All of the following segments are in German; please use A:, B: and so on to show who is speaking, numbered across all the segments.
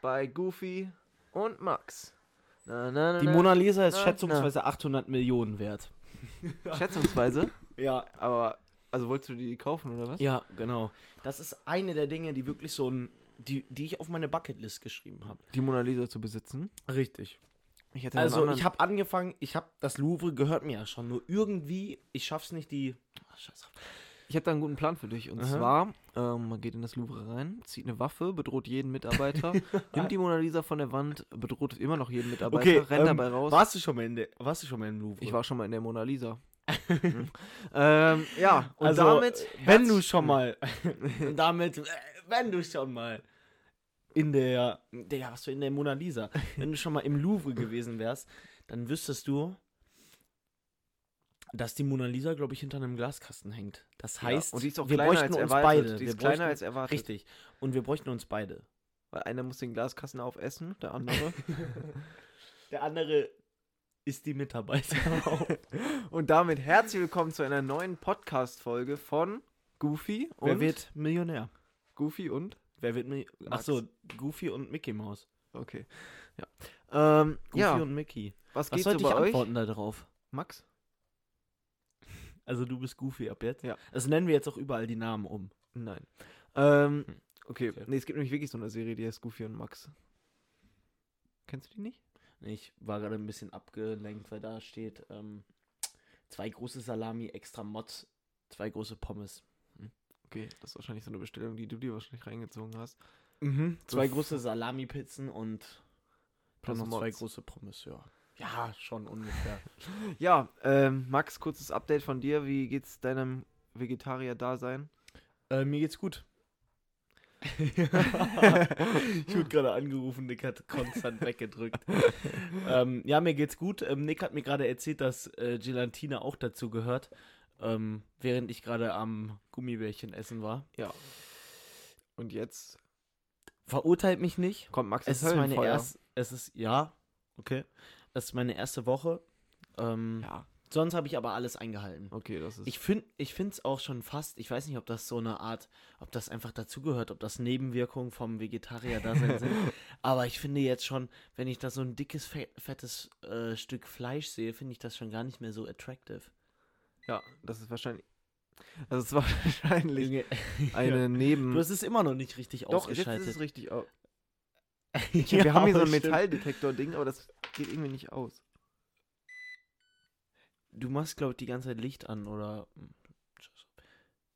A: bei Goofy und Max. Na,
B: Die Mona Lisa ist schätzungsweise 800 Millionen wert.
A: Schätzungsweise?
B: Ja.
A: Aber, also wolltest du die kaufen oder was?
B: Ja, genau. Das ist eine der Dinge, die wirklich so ein, die, die ich auf meine Bucketlist geschrieben habe.
A: Die Mona Lisa zu besitzen?
B: Richtig.
A: Ich hätte
B: Also ich habe angefangen, ich habe das Louvre gehört mir ja schon, nur irgendwie, ich schaff's nicht, die. Ah, scheiß drauf.
A: Ich habe da einen guten Plan für dich. Und
B: Aha.
A: zwar, ähm, man geht in das Louvre rein, zieht eine Waffe, bedroht jeden Mitarbeiter, nimmt die Mona Lisa von der Wand, bedroht immer noch jeden Mitarbeiter, rennt
B: ähm,
A: dabei raus.
B: Warst du schon mal in der, warst du schon mal im Louvre?
A: Ich war schon mal in der Mona Lisa. Mhm. ähm, ja, und
B: also,
A: damit.
B: wenn du schon mal, und Hm. damit, äh, wenn du schon mal in der, Digga, was du in der Mona Lisa, wenn du schon mal im Louvre gewesen wärst, dann wüsstest du, dass die Mona Lisa, glaube ich, hinter einem Glaskasten hängt. Das heißt,
A: ja, und die ist auch
B: wir
A: kleiner
B: bräuchten
A: als
B: uns
A: erwartet.
B: beide.
A: Die
B: wir
A: ist kleiner
B: bräuchten-
A: als erwartet.
B: Richtig. Und wir bräuchten uns beide.
A: Weil einer muss den Glaskasten aufessen, der andere.
B: Der andere ist die Mitarbeiter.
A: und damit herzlich willkommen zu einer neuen Podcast-Folge von Goofy und
B: Wer wird Millionär?
A: Goofy und
B: Wer wird Millionär?
A: Max.
B: Achso, Goofy und Mickey Mouse.
A: okay. Ja. Ähm,
B: Goofy
A: ja,
B: und Mickey.
A: was
B: Was
A: geht so
B: sollte ich
A: bei euch?
B: antworten da drauf?
A: Max?
B: Also du bist Goofy ab jetzt?
A: Ja.
B: Das nennen wir jetzt auch überall die Namen um.
A: Nein. Ähm,
B: Hm.
A: okay.
B: Okay.
A: nee, es gibt nämlich wirklich so eine Serie, die heißt Goofy und Max. Kennst du die nicht?
B: Ich war gerade ein bisschen abgelenkt, weil da steht ähm, zwei große Salami, extra Mott, zwei große Pommes.
A: Okay, das ist wahrscheinlich so eine Bestellung, die du dir wahrscheinlich reingezogen hast.
B: Mhm. Zwei
A: Uff.
B: große Salami-Pizzen und
A: Plus
B: also zwei
A: Mods.
B: große Pommes, ja. Ja, schon ungefähr.
A: Ja, ähm, Max, kurzes Update von dir. Wie geht's deinem Vegetarier-Dasein?
B: Äh, mir geht's gut. ich wurde gerade angerufen, Nick hat konstant weggedrückt. ähm, ja, mir geht's gut. Ähm, Nick hat mir gerade erzählt, dass äh, Gelatine auch dazu gehört, ähm, während ich gerade am Gummibärchen essen war.
A: Ja. Und jetzt
B: Verurteilt mich nicht.
A: kommt Max
B: Es
A: ins
B: ist meine
A: Höllenfeuer.
B: erste. Es ist ja okay. Es ist meine erste Woche. Ähm,
A: Ja,
B: Sonst habe ich aber alles eingehalten.
A: okay, das ist.
B: Ich finde ich finde es auch schon fast, ich weiß nicht, ob das so eine Art, ob das einfach dazugehört, ob das Nebenwirkungen vom Vegetarier-Dasein sind. Aber ich finde jetzt schon, wenn ich da so ein dickes, fe- fettes äh, Stück Fleisch sehe, finde ich das schon gar nicht mehr so attractive.
A: ja, das ist wahrscheinlich. Also, es war wahrscheinlich
B: Junge,
A: eine
B: ja.
A: Neben.
B: Du hast es immer noch nicht richtig
A: Mhm. Doch, jetzt ist es
B: ausgeschaltet.
A: richtig. au-
B: Ich,
A: wir haben hier so ein Metalldetektor-Ding, aber das geht irgendwie nicht aus.
B: Du machst, glaube ich, die ganze Zeit Licht an oder.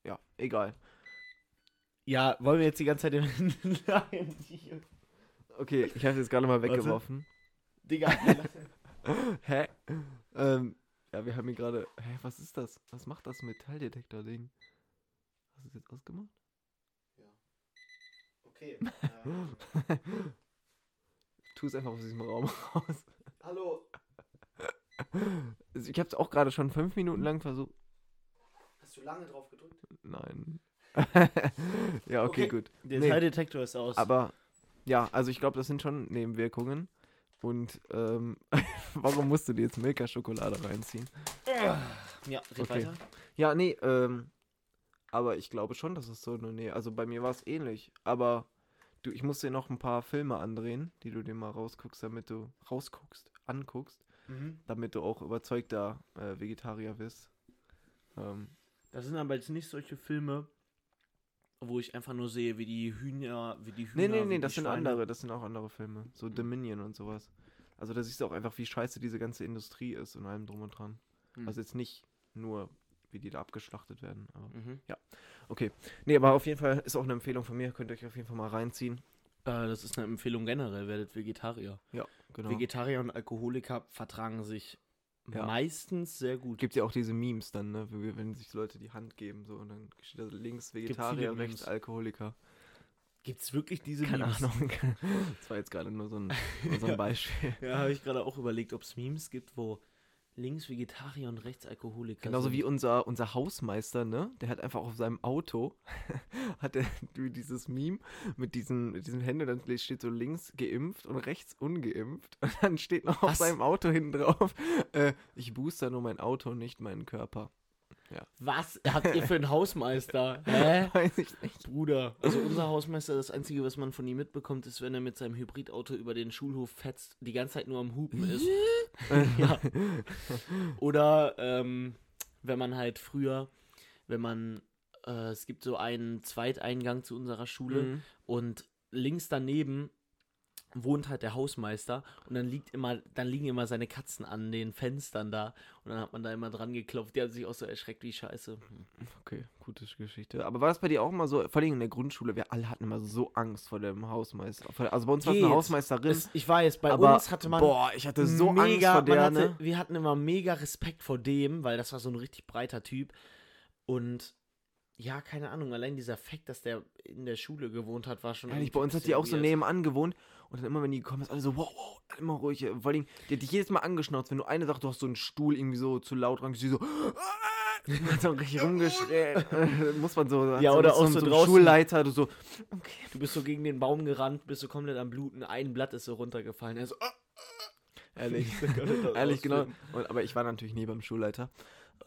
A: Ja, egal.
B: Ja, wollen wir jetzt die ganze Zeit. den- Nein,
A: Okay, ich habe es jetzt gerade mal
B: Warte.
A: weggeworfen.
B: Digga.
A: Hä? Ähm, ja, wir haben hier gerade. Hä, was ist das? Was macht das Metalldetektor-Ding? Hast du es jetzt ausgemacht?
B: Okay.
A: äh, Tu es einfach aus diesem Raum raus.
B: Hallo.
A: Also Ich hab's auch gerade schon fünf Minuten
B: Hm.
A: lang versucht.
B: Hast du lange drauf gedrückt?
A: Nein. ja, okay,
B: Okay. halt
A: gut.
B: Der
A: Nee.
B: Teildetektor ist aus.
A: Aber ja, also ich glaube, das sind schon Nebenwirkungen. Und ähm, warum musst du dir jetzt Milka-Schokolade reinziehen?
B: ja, red
A: Okay.
B: weiter.
A: Ja, nee, ähm, aber ich glaube schon, dass es so eine Nähe. Also bei mir war es ähnlich. Aber du, ich muss dir noch ein paar Filme andrehen, die du dir mal rausguckst, damit du rausguckst, anguckst, damit du auch überzeugter äh, Vegetarier wirst. Ähm,
B: Das sind aber jetzt nicht solche Filme, wo ich einfach nur sehe, wie die Hühner, wie die
A: Nee,
B: Hühner.
A: nee,
B: wie
A: nee,
B: die
A: das sind
B: Schweine-
A: andere, das sind auch andere Filme. So Dominion und sowas. Also da siehst du auch einfach, wie scheiße diese ganze Industrie ist und allem drum und dran.
B: Mhm.
A: Also jetzt nicht nur, wie die da abgeschlachtet werden. Aber.
B: Mhm.
A: Okay. Nee, aber auf jeden Fall ist auch eine Empfehlung von mir, könnt ihr euch auf jeden Fall mal reinziehen.
B: Äh, das ist eine Empfehlung generell, werdet Vegetarier.
A: Genau.
B: Vegetarier und Alkoholiker vertragen sich
A: Ja.
B: meistens sehr gut.
A: Gibt ja auch diese Memes dann, ne? Wenn wenn sich Leute die Hand geben, so und dann steht da links Vegetarier,
B: viele
A: rechts
B: Memes.
A: Alkoholiker.
B: Gibt's wirklich diese
A: Keine
B: Memes?
A: Ahnung. Das war jetzt gerade nur so ein, nur so ein Beispiel.
B: Ja, habe ich gerade auch überlegt, ob es Memes gibt, wo links Vegetarier und rechts Alkoholiker
A: Genauso
B: sind.
A: wie unser, unser Hausmeister, ne? Der hat einfach auf seinem Auto, hat er dieses Meme mit diesen, mit diesen Händen, und dann steht so links geimpft und rechts ungeimpft. Und dann steht noch auf
B: Was?
A: seinem Auto hinten drauf, äh, ich booster nur mein Auto, nicht meinen Körper. Ja.
B: Was habt ihr für einen Hausmeister? Hä?
A: Weiß ich nicht.
B: Bruder. Also unser Hausmeister, das Einzige, was man von ihm mitbekommt, ist, wenn er mit seinem Hybridauto über den Schulhof fetzt, die ganze Zeit nur am Hupen ist. ja. Oder ähm, wenn man halt früher, wenn man, äh, es gibt so einen Zweiteingang zu unserer Schule
A: Mhm.
B: und links daneben wohnt halt der Hausmeister und dann liegt immer, dann liegen immer seine Katzen an den Fenstern da und dann hat man da immer dran geklopft. Die haben sich auch so erschreckt wie Scheiße.
A: Okay, gute Geschichte. Aber war das bei dir auch immer so, vor allem in der Grundschule, wir alle hatten immer so Angst vor dem Hausmeister. vor- Also bei uns war es eine
B: Geht.
A: Hausmeisterin.
B: Es, ich weiß, bei
A: aber,
B: uns hatte man
A: Boah, ich hatte so
B: mega,
A: Angst vor der,
B: man hatte,
A: ne?
B: Wir hatten immer mega Respekt vor dem, weil das war so ein richtig breiter Typ. Und ja, keine Ahnung, allein dieser Fakt, dass der in der Schule gewohnt hat, war schon.
A: Ehrlich,
B: irgendwie
A: bei uns
B: ein
A: hat die auch so
B: bisschen weird.
A: nebenan gewohnt. Und dann immer, wenn die gekommen ist, alle so, wow, wow, immer ruhig. äh, Vor allem, die hat dich jedes Mal angeschnauzt. Wenn du eine sagst, du hast so einen Stuhl irgendwie so zu laut dran, sie so, "Ah!" hat so richtig rumgeschrien. Äh, Muss man so, hat
B: Ja, oder
A: so,
B: auch so
A: ein
B: draußen.
A: Schulleiter, du so,
B: Du bist so gegen den Baum gerannt, bist so komplett am Bluten, ein Blatt ist so runtergefallen. Er so, ah, ah. Ehrlich,
A: ehrlich, genau. Und, aber ich war natürlich nie beim Schulleiter.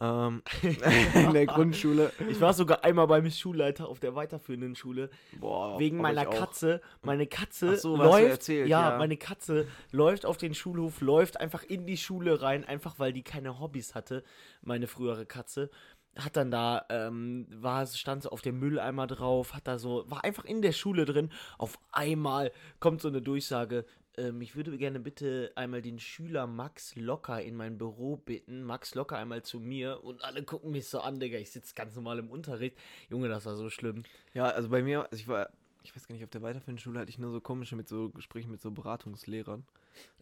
A: Ähm, in der Grundschule.
B: Ich war sogar einmal beim Schulleiter auf der weiterführenden Schule
A: Boah,
B: wegen
A: aber ich
B: meiner
A: auch.
B: Katze. Meine Katze
A: Ach so, was du
B: läuft,
A: erzählt,
B: ja,
A: ja.
B: meine Katze läuft auf den Schulhof, läuft einfach in die Schule rein, einfach weil die keine Hobbys hatte. Meine frühere Katze hat dann da ähm, war stand so auf dem Mülleimer drauf, hat da so war einfach in der Schule drin. Auf einmal kommt so eine Durchsage. Ähm, ich würde gerne bitte einmal den Schüler Max Locker in mein Büro bitten. Max Locker einmal zu mir und alle gucken mich so an, Digga. Ich sitze ganz normal im Unterricht. Junge, das war so schlimm.
A: Ja, also bei mir, also ich war, ich weiß gar nicht, auf der weiterführenden Schule hatte ich nur so komische mit so Gesprächen mit so Beratungslehrern.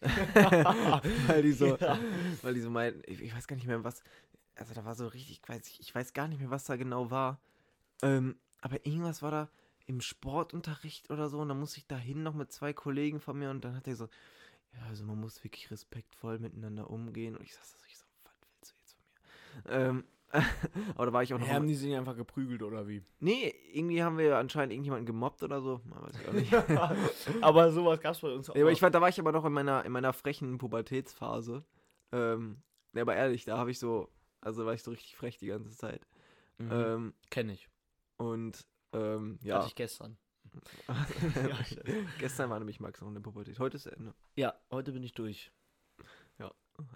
A: weil die so,
B: Ja.
A: weil die so meinten, ich, ich weiß gar nicht mehr, was, also da war so richtig, weiß ich, ich weiß gar nicht mehr, was da genau war. Ähm, aber irgendwas war da im Sportunterricht oder so und dann musste ich da hin noch mit zwei Kollegen von mir und dann hat er so, ja, also man muss wirklich respektvoll miteinander umgehen und ich saß da so, ich so, was willst du jetzt von mir? Ähm, aber da war ich auch noch am-
B: haben die sich einfach geprügelt oder wie?
A: Nee, irgendwie haben wir anscheinend irgendjemanden gemobbt oder so. Man weiß ich auch nicht.
B: aber sowas gab es bei uns auch.
A: nee, aber ich
B: mal.
A: war, da war ich aber noch in meiner, in meiner frechen Pubertätsphase. Ähm, nee, aber ehrlich, da habe ich so, also war ich so richtig frech die ganze Zeit.
B: mhm.
A: Ähm,
B: Kenn ich.
A: und ähm, ja.
B: Hatte ich gestern. Ja, scheiße.
A: Gestern war nämlich Max noch in der Pubertät. Heute ist Ende.
B: Ja, heute bin ich durch.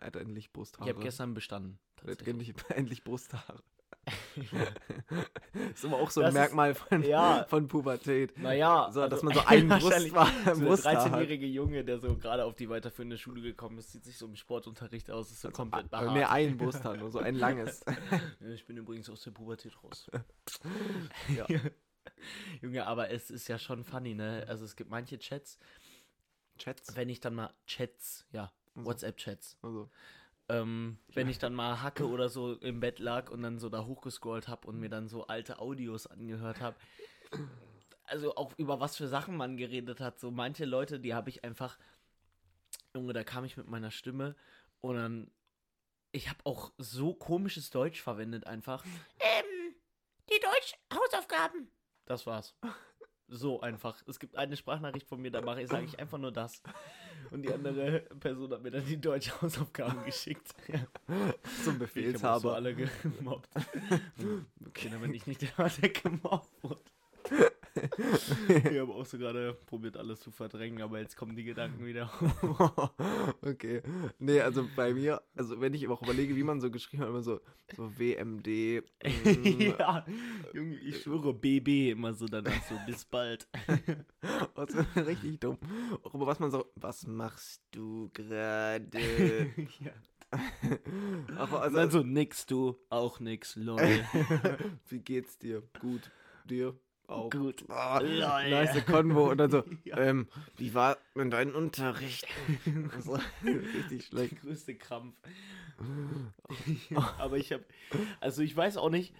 A: Er hat endlich Brusthaare.
B: Ich habe gestern bestanden.
A: Er hat
B: tatsächlich.
A: endlich, endlich Brusthaare. ist aber auch so ein
B: Das ist-
A: Merkmal von,
B: ja.
A: von Pubertät.
B: Naja,
A: So, dass man so einen Brust
B: also wahrscheinlich so
A: Brusthaar
B: der
A: hat.
B: 13-jährige Junge, der so gerade auf die weiterführende Schule gekommen ist, sieht sich so im Sportunterricht aus, ist so
A: Also,
B: komplett
A: Aber Mehr
B: behaart.
A: ein Brusthaar, nur so ein langes.
B: Ich bin übrigens aus der Pubertät raus.
A: Ja.
B: Junge, aber es ist ja schon funny, ne? Also es gibt manche Chats,
A: Chats.
B: wenn ich dann mal Chats, ja, WhatsApp-Chats,
A: Also.
B: ähm, wenn ich dann mal hacke oder so im Bett lag und dann so da hochgescrollt habe und mir dann so alte Audios angehört habe. Also auch über was für Sachen man geredet hat. So manche Leute, die habe ich einfach, Junge, da kam ich mit meiner Stimme und dann, ich habe auch so komisches Deutsch verwendet einfach. Ähm, die Deutsch-Hausaufgaben. Das war's. So einfach. Es gibt eine Sprachnachricht von mir, da mache ich, sage ich einfach nur das. Und die andere Person hat mir dann die deutsche Hausaufgaben geschickt.
A: Zum
B: Ich habe so
A: Befehlshaber.
B: alle gemobbt. Kinder, wenn ich nicht der war, der gemobbt wurde. Ich habe auch so gerade probiert, alles zu verdrängen, aber jetzt kommen die Gedanken wieder hoch.
A: okay. Nee, also bei mir, also wenn ich auch überlege, wie man so geschrieben hat, immer so, so WMD. mm,
B: ja, Junge, ich schwöre, BB immer so danach so, bis bald.
A: was, richtig dumm. Auch über was man so, was machst du gerade?
B: ja.
A: Aber
B: Also,
A: Äh, also,
B: also nix, du, auch nix, lol.
A: wie geht's dir? Gut. Dir? Auch.
B: Gut.
A: Ah,
B: Lol.
A: nice Konvo. Und dann so,
B: Ja.
A: ähm, wie war denn dein Unterricht? so, richtig
B: Der
A: schlecht.
B: größte Krampf. aber ich habe, also ich weiß auch nicht,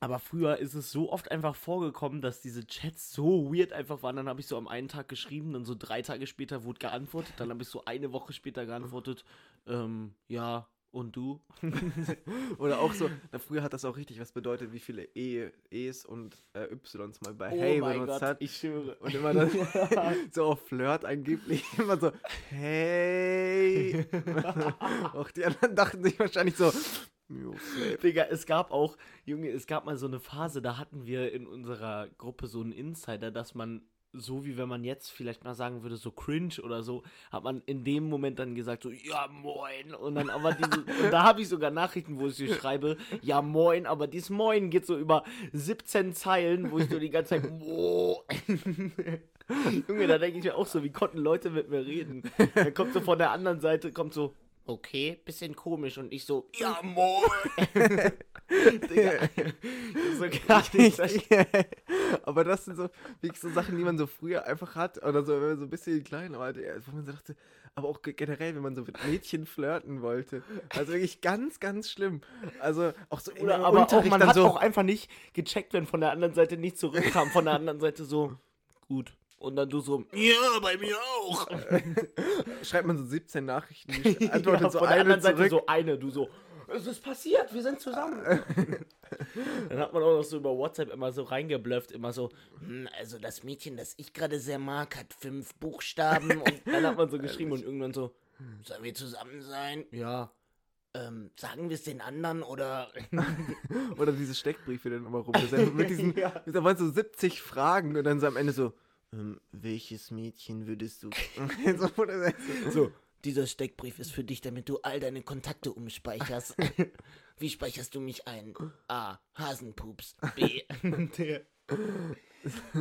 B: aber früher ist es so oft einfach vorgekommen, dass diese Chats so weird einfach waren. Dann habe ich so am einen Tag geschrieben, dann so drei Tage später wurde geantwortet, dann habe ich so eine Woche später geantwortet, ähm, ja, Und du?
A: Oder auch so, na, früher hat das auch richtig was bedeutet, wie viele E, E's und äh, Ys mal bei
B: Oh
A: Hey
B: mein
A: benutzt
B: Gott,
A: hat.
B: ich schwöre.
A: Und immer dann so auf Flirt angeblich immer so, hey. auch die anderen dachten sich wahrscheinlich so, jo, Flav.
B: Digga, es gab auch, Junge, es gab mal so eine Phase, da hatten wir in unserer Gruppe so einen Insider, dass man, so wie wenn man jetzt vielleicht mal sagen würde, so cringe oder so, hat man in dem Moment dann gesagt, so, ja moin. Und dann aber diese, und da habe ich sogar Nachrichten, wo ich so schreibe, ja moin, aber dieses Moin geht so über 17 Zeilen, wo ich so die ganze Zeit, moin. Junge, da denke ich mir auch so, wie konnten Leute mit mir reden? Dann kommt so von der anderen Seite, kommt so, okay, bisschen komisch. Und ich so, ja, moin. Digga, ich so gar nicht. verstanden.
A: Aber das sind so wirklich so Sachen, die man so früher einfach hat. Oder so, wenn man so ein bisschen klein war, wo man so dachte, aber auch ge- generell, wenn man so mit Mädchen flirten wollte. Also wirklich ganz, ganz schlimm. Also auch so
B: Oder
A: im
B: aber auch,
A: Unterricht
B: man
A: dann
B: hat
A: so,
B: auch einfach nicht gecheckt, wenn von der anderen Seite nicht zurückkam. Von der anderen Seite so, gut. Und dann du so, ja, bei mir auch.
A: schreibt man so 17 Nachrichten, die antwortet
B: Ja,
A: so
B: von der
A: eine
B: anderen Seite
A: zurück.
B: so eine, du so, es ist passiert, wir sind zusammen. Dann hat man auch noch so über WhatsApp immer so reingeblufft, immer so, hm, also das Mädchen, das ich gerade sehr mag, hat fünf Buchstaben und dann hat man so geschrieben und irgendwann so, sollen wir zusammen sein? Ja. Ähm, sagen wir es den anderen oder
A: Oder diese Steckbriefe dann immer rumgesendet. Mit diesen,
B: Ja.
A: da waren so 70 Fragen und dann so am Ende so, ähm, welches Mädchen würdest du? so, oder so.
B: so. Dieser Steckbrief ist für dich, damit du all deine Kontakte umspeicherst. Wie speicherst du mich ein? A. Hasenpups. B. der.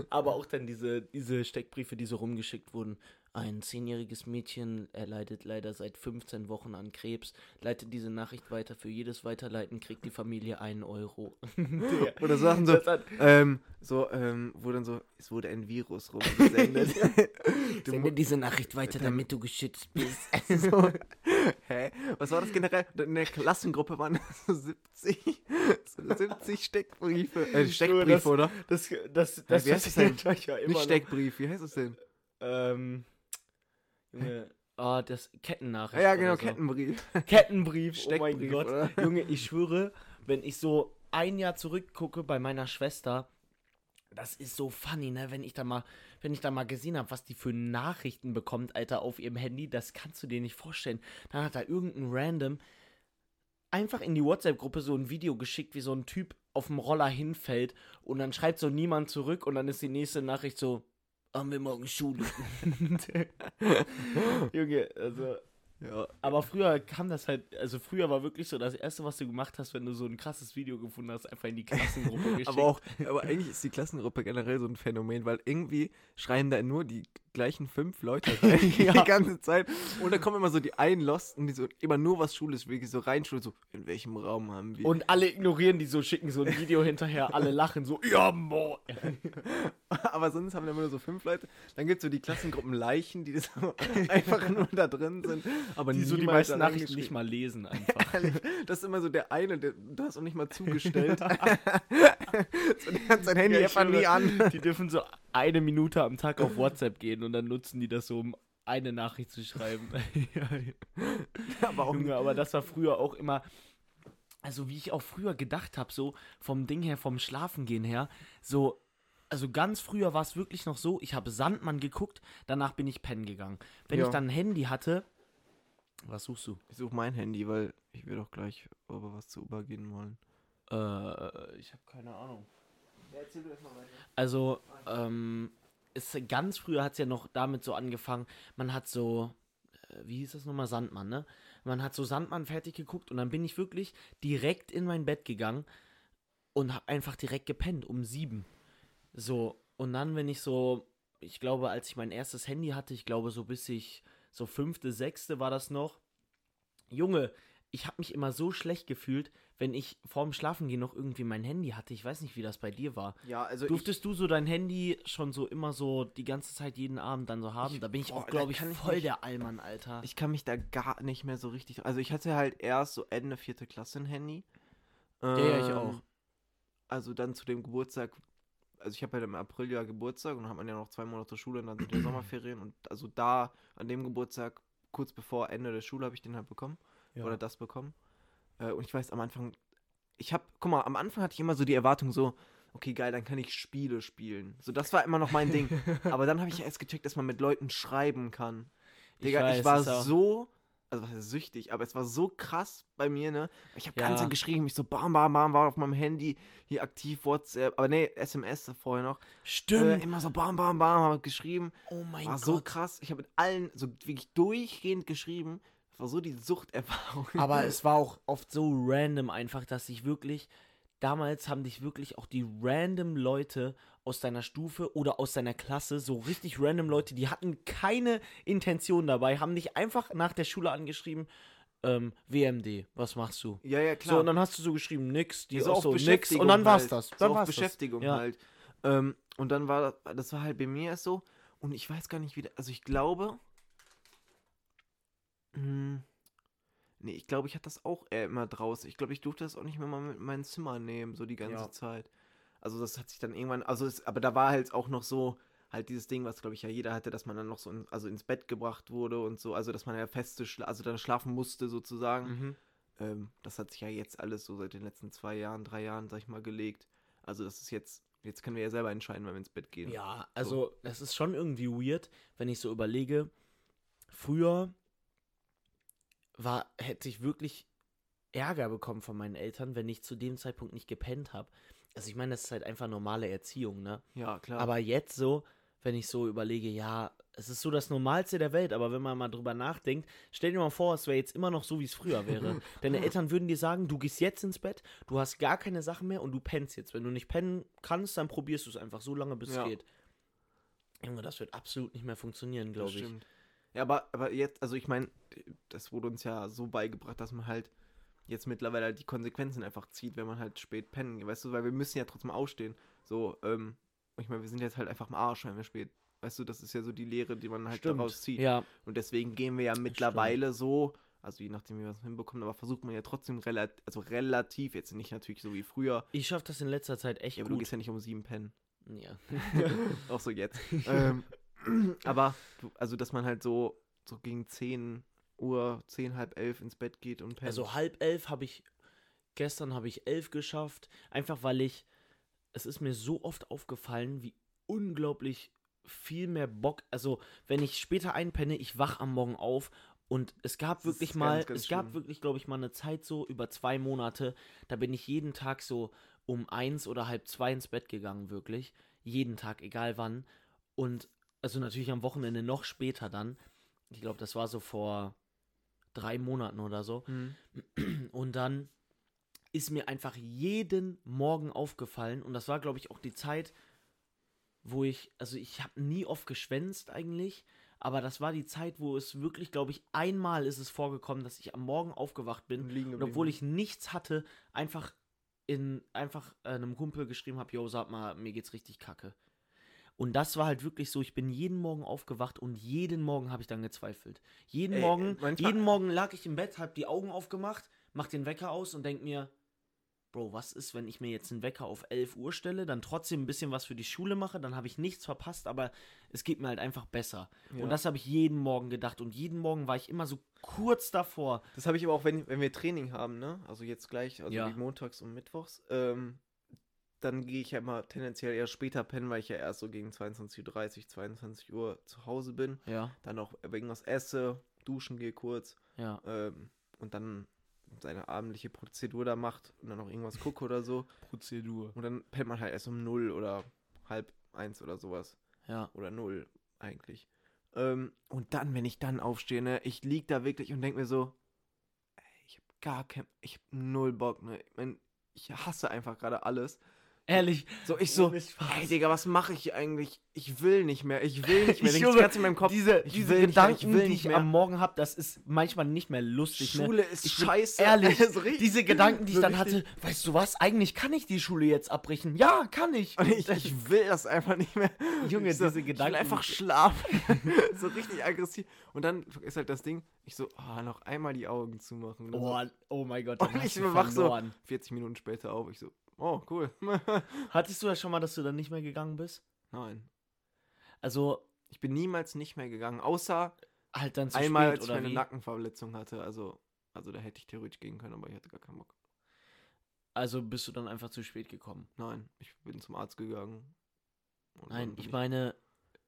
B: Aber auch dann diese, diese Steckbriefe, die so rumgeschickt wurden. Ein zehnjähriges Mädchen erleidet leider seit 15 Wochen an Krebs, leitet diese Nachricht weiter. Für jedes Weiterleiten kriegt die Familie einen Euro. Der.
A: Oder so Sachen so,
B: Das hat-
A: ähm, so, ähm, wo dann so, es wurde ein Virus rumgesendet. du mu-
B: Sende diese Nachricht weiter, damit du geschützt bist.
A: so, hä? Was war das generell? In der Klassengruppe waren das so 70, so 70 Steckbriefe. Äh, Steckbriefe,
B: das-
A: oder?
B: Das, das,
A: das wie heißt das denn?
B: das ja
A: Nicht Steckbrief, wie heißt das denn?
B: Ähm. Junge. Ah, das Kettennachricht.
A: Ja,
B: oder
A: genau,
B: so.
A: Kettenbrief. Steckbrief,
B: Kettenbrief, Steckbrief. Oh mein Gott.
A: oder?
B: Junge, ich schwöre, wenn ich so ein Jahr zurückgucke bei meiner Schwester, das ist so funny, ne? Wenn ich da mal, wenn ich da mal gesehen habe, was die für Nachrichten bekommt, Alter, auf ihrem Handy, das kannst du dir nicht vorstellen. Dann hat da irgendein Random einfach in die WhatsApp-Gruppe so ein Video geschickt, wie so ein Typ auf dem Roller hinfällt und dann schreibt so niemand zurück und dann ist die nächste Nachricht so, haben wir morgen Schule. Junge, also
A: Ja.
B: aber früher kam das halt, also früher war wirklich so das Erste, was du gemacht hast, wenn du so ein krasses Video gefunden hast, einfach in die Klassengruppe geschickt.
A: Aber auch, aber eigentlich ist die Klassengruppe generell so ein Phänomen, weil irgendwie schreien da nur die gleichen fünf Leute rein
B: Ja.
A: die ganze Zeit. Und da kommen immer so die einen Losten, die so immer nur was Schules, wirklich so rein Schule, so, in welchem Raum haben wir?
B: Und alle ignorieren die so, schicken so ein Video hinterher, alle lachen so, ja, mo.
A: aber sonst haben wir immer nur so fünf Leute. Dann gibt es so die Klassengruppen Leichen, die so einfach nur da drin sind. Aber
B: Die so die
A: niemand
B: meisten
A: da
B: Nachrichten nicht mal lesen einfach.
A: reingeschrieben. Ehrlich, das ist immer so der eine, der, du hast auch nicht mal zugestellt. so, der hat sein Handy
B: Ja, ich
A: einfach nie
B: schwöre,
A: an.
B: Die dürfen so eine Minute am Tag auf WhatsApp gehen und dann nutzen die das so, um eine Nachricht zu schreiben.
A: Aber auch
B: Junge, aber das war früher auch immer. Also, wie ich auch früher gedacht habe, so vom Ding her, vom Schlafengehen her, so. Also ganz früher war es wirklich noch so, ich habe Sandmann geguckt, danach bin ich pennen gegangen. Wenn
A: Ja.
B: ich dann ein Handy hatte, was suchst du?
A: Ich suche mein Handy, weil ich will doch gleich über was zu Uber gehen wollen.
B: Äh, ich habe keine Ahnung. Also, ähm, ist, ganz früher hat es ja noch damit so angefangen, man hat so, äh, wie hieß das nochmal, Sandmann, ne? Man hat so Sandmann fertig geguckt und dann bin ich wirklich direkt in mein Bett gegangen und hab einfach direkt gepennt um sieben. So, und dann, wenn ich so, ich glaube, als ich mein erstes Handy hatte, ich glaube, so bis ich, so fünfte, sechste war das noch. Junge, ich habe mich immer so schlecht gefühlt, wenn ich vorm Schlafengehen noch irgendwie mein Handy hatte. Ich weiß nicht, wie das bei dir war.
A: Ja, also
B: Durftest du so dein Handy schon so immer so die ganze Zeit jeden Abend dann so haben?
A: Ich-
B: da bin ich
A: boah,
B: auch,
A: da
B: glaube ich,
A: kann ich
B: voll
A: nicht-
B: der Allmann, Alter.
A: ich kann mich da gar nicht mehr so richtig. Also ich hatte halt erst so Ende vierte Klasse ein Handy.
B: ja, ich
A: Ähm,
B: auch.
A: Also dann zu dem Geburtstag. Also ich habe halt im April ja Geburtstag und dann hat man ja noch zwei Monate Schule und dann sind ja Sommerferien und also da an dem Geburtstag kurz bevor Ende der Schule habe ich den halt bekommen
B: Ja.
A: oder das bekommen. Äh, und ich weiß am Anfang, ich habe, guck mal, am Anfang hatte ich immer so die Erwartung so, okay, geil, dann kann ich Spiele spielen. So, das war immer noch mein Ding. Aber dann habe ich erst gecheckt, dass man mit Leuten schreiben kann. Digga, ich,
B: weiß,
A: war
B: ist auch-
A: so, also was heißt süchtig, aber es war so krass bei mir, ne? Ich habe
B: Ja.
A: ganze Zeit geschrieben, ich so bam, bam, bam, war auf meinem Handy hier aktiv, WhatsApp, aber nee, SMS vorher noch. Äh,
B: Stimmt.
A: immer so bam, bam, bam, hab geschrieben.
B: oh mein
A: War
B: Gott.
A: so krass. Ich habe mit allen so wirklich durchgehend geschrieben. Das war so die Suchterfahrung.
B: Aber es war auch oft so random einfach, dass ich wirklich, damals haben dich wirklich auch die random Leute aus deiner Stufe oder aus deiner Klasse, so richtig random Leute, die hatten keine Intention dabei, haben dich einfach nach der Schule angeschrieben, ähm, WMD, was machst du?
A: ja, ja,
B: So,
A: klar.
B: und dann hast du so geschrieben, nix, die
A: Ja,
B: so auch
A: auf
B: so, nix,
A: Beschäftigung
B: und dann war's
A: halt.
B: das.
A: So
B: Dann
A: auf
B: war's
A: Beschäftigung
B: das. Ja.
A: halt. Ähm, und dann war das war halt bei mir erst so. Und ich weiß gar nicht, wie. Also ich glaube. Hm, nee, ich glaube, ich hatte das auch eher immer draußen. Ich glaube, ich durfte das auch nicht mehr mal mit in mein Zimmer nehmen, so die ganze
B: Ja.
A: Zeit. Also das hat sich dann irgendwann. Also es, aber da war halt auch noch so. Halt dieses Ding, was glaube ich ja jeder hatte, dass man dann noch so in, also ins Bett gebracht wurde und so, also dass man ja feste, schla also dann schlafen musste sozusagen.
B: Mhm.
A: Ähm, das hat sich ja jetzt alles so seit den letzten zwei Jahren, drei Jahren, sag ich mal, gelegt. Also das ist jetzt, jetzt können wir ja selber entscheiden, wenn wir ins Bett gehen.
B: Ja, also das ist schon irgendwie weird, wenn ich so überlege, früher war, hätte ich wirklich Ärger bekommen von meinen Eltern, wenn ich zu dem Zeitpunkt nicht gepennt habe. Also ich meine, das ist halt einfach normale Erziehung, ne?
A: Ja, klar.
B: Aber jetzt so, wenn ich so überlege, ja, es ist so das Normalste der Welt, aber wenn man mal drüber nachdenkt, stell dir mal vor, es wäre jetzt immer noch so, wie es früher wäre. Deine Eltern würden dir sagen, du gehst jetzt ins Bett, du hast gar keine Sachen mehr und du pennst jetzt. Wenn du nicht pennen kannst, dann probierst du es einfach so lange, bis
A: Ja.
B: es geht. Junge, das wird absolut nicht mehr funktionieren, glaube
A: das
B: ich.
A: stimmt. Ja, aber, aber jetzt, also ich meine, das wurde uns ja so beigebracht, dass man halt jetzt mittlerweile halt die Konsequenzen einfach zieht, wenn man halt spät pennen geht, weißt du, weil wir müssen ja trotzdem aufstehen. So, ähm, ich meine, wir sind jetzt halt einfach am Arsch, wenn wir spät. Weißt du, das ist ja so die Lehre, die man halt
B: Stimmt.
A: daraus zieht.
B: Ja,
A: Und deswegen gehen wir ja mittlerweile so, also je nachdem, wie wir es hinbekommen, aber versucht man ja trotzdem relativ, also relativ, jetzt nicht natürlich so wie früher,
B: ich schaffe das in letzter Zeit echt
A: ja, aber du
B: gut.
A: gehst ja nicht um sieben pennen.
B: Ja.
A: Auch so jetzt. ähm, aber, du, also dass man halt so, so gegen 10 Uhr, 10, halb elf ins Bett geht und pennt.
B: Also halb elf habe ich, gestern habe ich elf geschafft, einfach weil ich, es ist mir so oft aufgefallen, wie unglaublich viel mehr Bock, also wenn ich später einpenne, ich wach am Morgen auf und es gab
A: Das ist
B: wirklich
A: ganz,
B: mal,
A: ganz
B: es gab
A: schlimm.
B: wirklich, glaube ich, mal eine Zeit so über zwei Monate, da bin ich jeden Tag so um eins oder halb zwei ins Bett gegangen, wirklich, jeden Tag, egal wann und also natürlich am Wochenende noch später dann, ich glaube, das war so vor drei Monaten oder so,
A: Hm.
B: und dann ist mir einfach jeden Morgen aufgefallen. Und das war, glaube ich, auch die Zeit, wo ich, also ich habe nie oft geschwänzt eigentlich, aber das war die Zeit, wo es wirklich, glaube ich, einmal ist es vorgekommen, dass ich am Morgen aufgewacht bin
A: Und liegen
B: und
A: geblieben.
B: obwohl ich nichts hatte, einfach in einfach äh, einem Kumpel geschrieben habe, yo, sag mal, mir geht's richtig kacke. Und das war halt wirklich so, ich bin jeden Morgen aufgewacht und jeden Morgen habe ich dann gezweifelt. Jeden
A: Ey,
B: Morgen,
A: äh, manchmal-
B: jeden Morgen lag ich im Bett, hab die Augen aufgemacht, mach den Wecker aus und denk mir, Bro, was ist, wenn ich mir jetzt einen Wecker auf 11 Uhr stelle, dann trotzdem ein bisschen was für die Schule mache, dann habe ich nichts verpasst, aber es geht mir halt einfach besser.
A: Ja.
B: Und das habe ich jeden Morgen gedacht und jeden Morgen war ich immer so kurz davor,
A: Das habe ich aber auch, wenn, wenn wir Training haben, ne? Also jetzt gleich, also
B: Ja.
A: wie montags und mittwochs, ähm, dann gehe ich ja immer tendenziell eher später pennen, weil ich ja erst so gegen 22.30 Uhr, 22 Uhr zu Hause bin.
B: ja,
A: Dann auch irgendwas esse, duschen gehe kurz
B: ja.
A: ähm, und dann seine abendliche Prozedur da macht und dann noch irgendwas gucke oder so.
B: Prozedur.
A: Und dann pennt man halt erst um null oder halb eins oder sowas.
B: Ja.
A: Oder null eigentlich. Ähm, und dann, wenn ich dann aufstehe, ne, ich lieg da wirklich und denk mir so, ey, ich hab gar kein, ich hab null Bock, ne. Ich, mein, ich hasse einfach gerade alles.
B: Ehrlich.
A: So, ich so,
B: Ohne Spaß.
A: ey, Digga, was mache ich hier eigentlich? Ich will nicht mehr, ich will nicht mehr.
B: Ich
A: Denk das
B: schwöre,
A: Ganze in meinem Kopf.
B: diese
A: ich
B: diese
A: will nicht mehr, ich
B: Gedanken,
A: will
B: die
A: nicht
B: ich
A: mehr.
B: am Morgen habe, das ist manchmal nicht mehr lustig. ne?
A: Schule ist
B: Ich bin
A: scheiße.
B: Ehrlich,
A: so richtig-
B: diese Gedanken, die ich
A: so
B: dann
A: richtig-
B: hatte, weißt du was, eigentlich kann ich die Schule jetzt abbrechen. Ja, kann ich.
A: Und ich, ich will das einfach nicht mehr.
B: Junge,
A: ich so,
B: diese
A: Ich
B: Gedanken-
A: will einfach schlafen. so richtig aggressiv. Und dann ist halt das Ding, ich so, ah, noch einmal die Augen zumachen. Und dann
B: oh, oh mein Gott,
A: so,
B: dann
A: und
B: hast
A: ich
B: du
A: wach so
B: verloren.
A: 40 Minuten später auf. Ich so, oh, cool.
B: Hattest du das schon mal, dass du dann nicht mehr gegangen bist?
A: Nein.
B: Also
A: Ich bin niemals nicht mehr gegangen, außer
B: halt dann zu
A: einmal,
B: spät
A: als ich
B: oder
A: meine
B: wie?
A: Nackenverletzung hatte. Also, Also da hätte ich theoretisch gehen können, aber ich hatte gar keinen Bock.
B: Also bist du dann einfach zu spät gekommen?
A: Nein, ich bin zum Arzt gegangen. und
B: Nein,
A: dann bin
B: ich meine,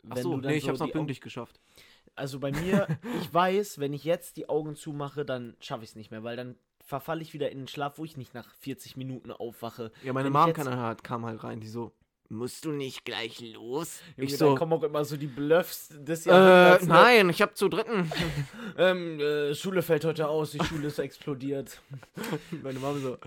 A: Ach
B: wenn
A: so,
B: du dann
A: nee, ich
B: so
A: hab's noch
B: die Au-
A: pünktlich geschafft.
B: Also bei mir, ich weiß, wenn ich jetzt die Augen zumache, dann schaffe ich es nicht mehr, weil dann verfalle ich wieder in den Schlaf, wo ich nicht nach 40 Minuten aufwache.
A: Ja, meine
B: Wenn ich
A: Mom
B: jetzt-
A: kann halt, kam halt rein, die so, musst du nicht gleich los?
B: Junge,
A: ich
B: dann
A: so,
B: kommen auch immer so die Bluffs des
A: äh,
B: Jahrhunderts, ne?
A: nein, ich hab zu dritten.
B: Ähm, äh, Schule fällt heute aus, die Schule ist explodiert.
A: meine Mom so,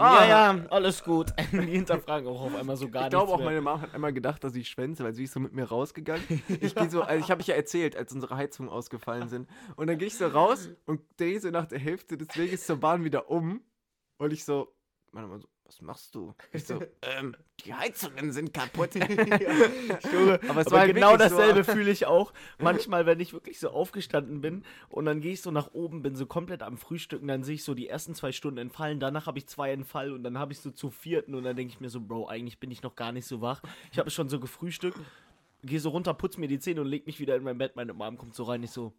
A: Ah.
B: Ja, ja, alles gut. Die hinterfragen auch auf einmal so gar
A: ich glaube auch,
B: nichts
A: meine
B: mehr.
A: Mom hat einmal gedacht, dass ich schwänze, weil sie ist so mit mir rausgegangen. Ich gehe so, also ich habe ich ja erzählt, als unsere Heizungen ausgefallen sind. Und dann gehe ich so raus und drehe so nach der Hälfte des Weges zur Bahn wieder um. Und ich so, meine Mom so, was machst du? Ich so, ähm, die Heizungen sind kaputt.
B: Junge,
A: Aber es
B: aber
A: war halt
B: genau
A: wirklich so.
B: dasselbe fühle ich auch. Manchmal, wenn ich wirklich so aufgestanden bin und dann gehe ich so nach oben, bin so komplett am Frühstücken, dann sehe ich so die ersten zwei Stunden entfallen, danach habe ich zwei entfallen und dann habe ich so zu vierten und dann denke ich mir so, Bro, eigentlich bin ich noch gar nicht so wach. Ich habe schon so gefrühstückt, gehe so runter, putz mir die Zähne und leg mich wieder in mein Bett. Meine Mom kommt so rein, ich so,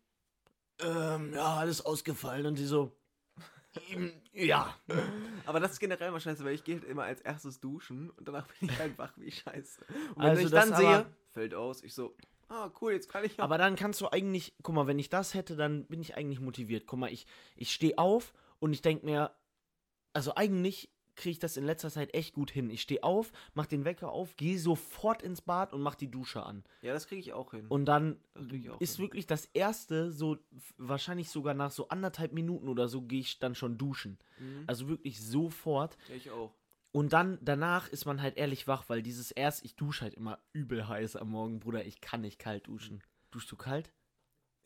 B: ähm, ja, alles ausgefallen und sie so, "Ähm, ja.
A: Aber das ist generell mal scheiße, weil ich gehe halt immer als erstes duschen und danach bin ich halt wach wie scheiße. Und wenn
B: Also
A: ich
B: das
A: dann
B: aber-
A: sehe, fällt aus, ich so, ah cool, jetzt kann ich noch.
B: Aber dann kannst du eigentlich, guck mal, wenn ich das hätte, dann bin ich eigentlich motiviert. Guck mal, ich, ich stehe auf und ich denke mir, also eigentlich kriege ich das in letzter Zeit echt gut hin. Ich stehe auf, mach den Wecker auf, gehe sofort ins Bad und mach die Dusche an.
A: ja, das kriege ich auch hin.
B: Und dann
A: Das krieg ich auch
B: ist
A: hin.
B: wirklich das erste, so f- wahrscheinlich sogar nach so anderthalb Minuten oder so, gehe ich dann schon duschen.
A: Mhm.
B: Also wirklich sofort.
A: Ja, ich auch.
B: Und dann danach ist man halt ehrlich wach, weil dieses erst, ich dusche halt immer übel heiß am Morgen, Bruder, ich kann nicht kalt duschen.
A: Mhm.
B: Duschst du kalt?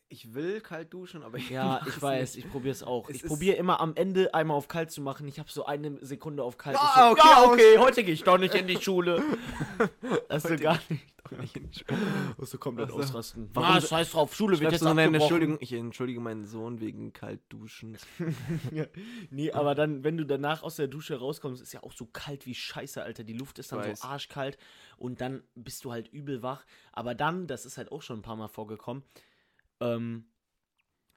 A: Ich will kalt duschen, aber ich
B: Ja,
A: mach's
B: ich weiß,
A: nicht.
B: ich probiere es auch.
A: Es
B: ich
A: ist-
B: probiere immer am Ende einmal auf kalt zu machen. Ich habe so eine Sekunde auf kalt.
A: Ah,
B: ich
A: okay,
B: so, ja,
A: aus-
B: okay, heute gehe ich doch nicht in die Schule. Also
A: Heute
B: gar nicht.
A: Musst du komplett
B: Also, ausrasten.
A: Warum
B: Ah,
A: so-
B: scheiß drauf, Schule wird
A: Schreibst
B: jetzt
A: du so eine
B: abgebrochen.
A: Entschuldigung, ich entschuldige meinen Sohn wegen Kaltduschen.
B: Nee,
A: Hm.
B: aber dann, wenn du danach aus der Dusche rauskommst, ist ja auch so kalt wie Scheiße, Alter. Die Luft ist dann
A: Weiß.
B: so arschkalt und dann bist du halt übel wach. Aber dann, das ist halt auch schon ein paar Mal vorgekommen, ähm,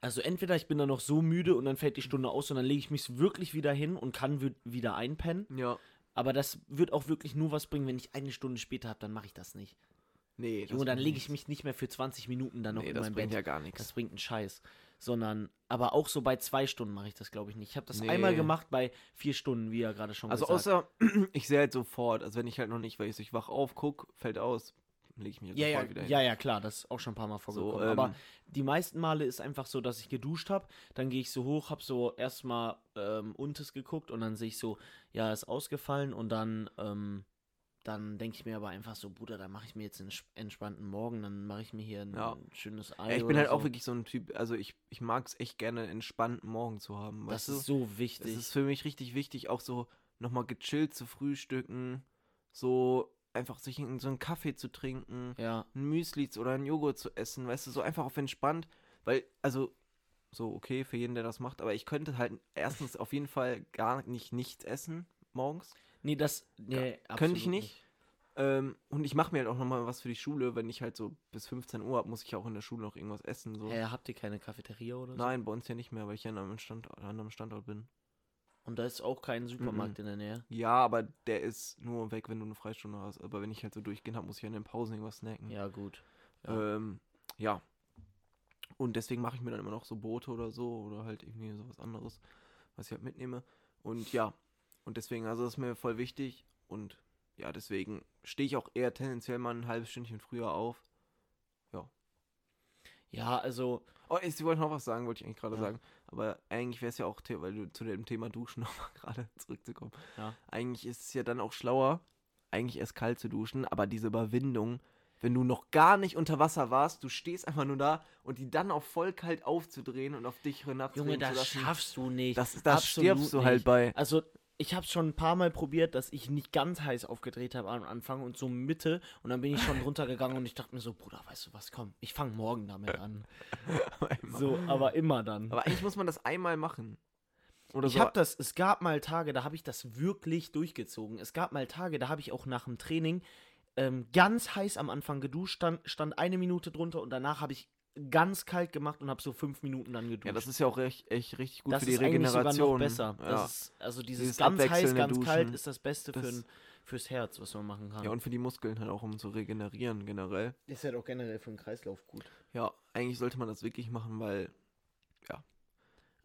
B: also entweder ich bin dann noch so müde und dann fällt die Stunde aus und dann lege ich mich wirklich wieder hin und kann wü- wieder einpennen.
A: Ja.
B: Aber das wird auch wirklich nur was bringen, wenn ich eine Stunde später habe, dann mache ich das nicht.
A: Nee. das
B: Junge, dann
A: bringt
B: lege ich
A: nichts.
B: mich nicht mehr für 20 Minuten dann noch
A: Nee,
B: in
A: das
B: mein
A: bringt
B: Bett.
A: ja gar
B: Das
A: nichts.
B: bringt einen Scheiß. Sondern, aber auch so bei zwei Stunden mache ich das, glaube ich, nicht. Ich habe das
A: Nee.
B: einmal gemacht bei vier Stunden, wie ja gerade schon
A: Also
B: gesagt.
A: außer, ich sehe halt sofort, also wenn ich halt noch nicht weiß, ich wach auf, guck, fällt aus, lege ich mich halt
B: ja, ja,
A: sofort wieder hin.
B: ja, ja, klar, das ist auch schon ein paar Mal vorgekommen.
A: So, ähm,
B: aber die meisten Male ist einfach so, dass ich geduscht habe, dann gehe ich so hoch, habe so erstmal ähm, Untes geguckt und dann sehe ich so, ja, ist ausgefallen und dann, ähm, dann denke ich mir aber einfach so, Bruder, dann mache ich mir jetzt einen sch- entspannten Morgen, dann mache ich mir hier ein
A: Ja.
B: schönes Ei.
A: Ja, ich bin
B: oder
A: halt
B: so.
A: auch wirklich so ein Typ, also ich, ich mag es echt gerne, einen entspannten Morgen zu haben.
B: Das
A: Weißt
B: ist
A: du?
B: so
A: Es
B: wichtig.
A: ist für mich richtig wichtig, auch so nochmal gechillt zu frühstücken, so einfach sich in so einen Kaffee zu trinken.
B: ja,
A: ein Müsli zu- oder einen Joghurt zu essen, weißt du, so einfach auf entspannt, weil, also, so okay für jeden, der das macht, aber ich könnte halt erstens auf jeden Fall gar nicht nichts essen morgens
B: nee, das, nee,
A: könnte ich
B: absolut
A: nicht. Ähm, und ich mache mir halt auch nochmal was für die Schule, wenn ich halt so bis 15 Uhr hab, muss ich auch in der Schule noch irgendwas essen, so.
B: Hä, habt ihr keine Cafeteria oder so?
A: Nein, bei uns ja nicht mehr, weil ich ja an einem, Stand, an einem Standort bin.
B: Und da ist auch kein Supermarkt
A: Mhm.
B: in der Nähe.
A: Ja, aber der ist nur weg, wenn du eine Freistunde hast. Aber wenn ich halt so durchgehen habe, muss ich ja in den Pausen irgendwas snacken.
B: Ja, gut.
A: Ja. Ähm, ja. Und deswegen mache ich mir dann immer noch so Boote oder so oder halt irgendwie sowas anderes, was ich halt mitnehme. Und ja, und deswegen, also das ist mir voll wichtig. Und ja, deswegen stehe ich auch eher tendenziell mal ein halbes Stündchen früher auf.
B: Ja, also,
A: Oh, ich wollte noch was sagen, wollte ich eigentlich gerade
B: Ja.
A: sagen. Aber eigentlich wäre es ja auch, The- weil du zu dem Thema Duschen nochmal gerade zurückzukommen.
B: Ja.
A: Eigentlich ist es ja dann auch schlauer, eigentlich erst kalt zu duschen, aber diese Überwindung, wenn du noch gar nicht unter Wasser warst, du stehst einfach nur da und die dann auch voll kalt aufzudrehen und auf dich hinabdrehen
B: Junge,
A: zu
B: das
A: lassen,
B: schaffst du nicht.
A: das, das
B: Absolut
A: stirbst du halt
B: nicht.
A: bei.
B: Also, ich habe schon ein paar Mal probiert, dass ich nicht ganz heiß aufgedreht habe am Anfang und so Mitte. Und dann bin ich schon runtergegangen und ich dachte mir so, Bruder, weißt du was, komm, ich fange morgen damit an. So, aber immer dann.
A: Aber eigentlich muss man das einmal machen. Oder
B: ich
A: so.
B: habe das, es gab mal Tage, da habe ich das wirklich durchgezogen. Es gab mal Tage, da habe ich auch nach dem Training ähm, ganz heiß am Anfang geduscht, stand, stand eine Minute drunter und danach habe ich ganz kalt gemacht und habe so fünf Minuten dann geduscht.
A: Ja, das ist ja auch echt, echt richtig gut
B: Das
A: für die
B: ist eigentlich sogar noch
A: Regeneration.
B: besser. Das
A: Ja.
B: ist, also dieses,
A: Dieses
B: ganz heiß,
A: abwechselnde
B: ganz kalt
A: Duschen,
B: ist das Beste
A: das-
B: für ein, fürs Herz, was man machen kann.
A: ja, und für die Muskeln halt auch, um zu regenerieren generell.
B: ist halt auch generell für den Kreislauf gut.
A: Ja, eigentlich sollte man das wirklich machen, weil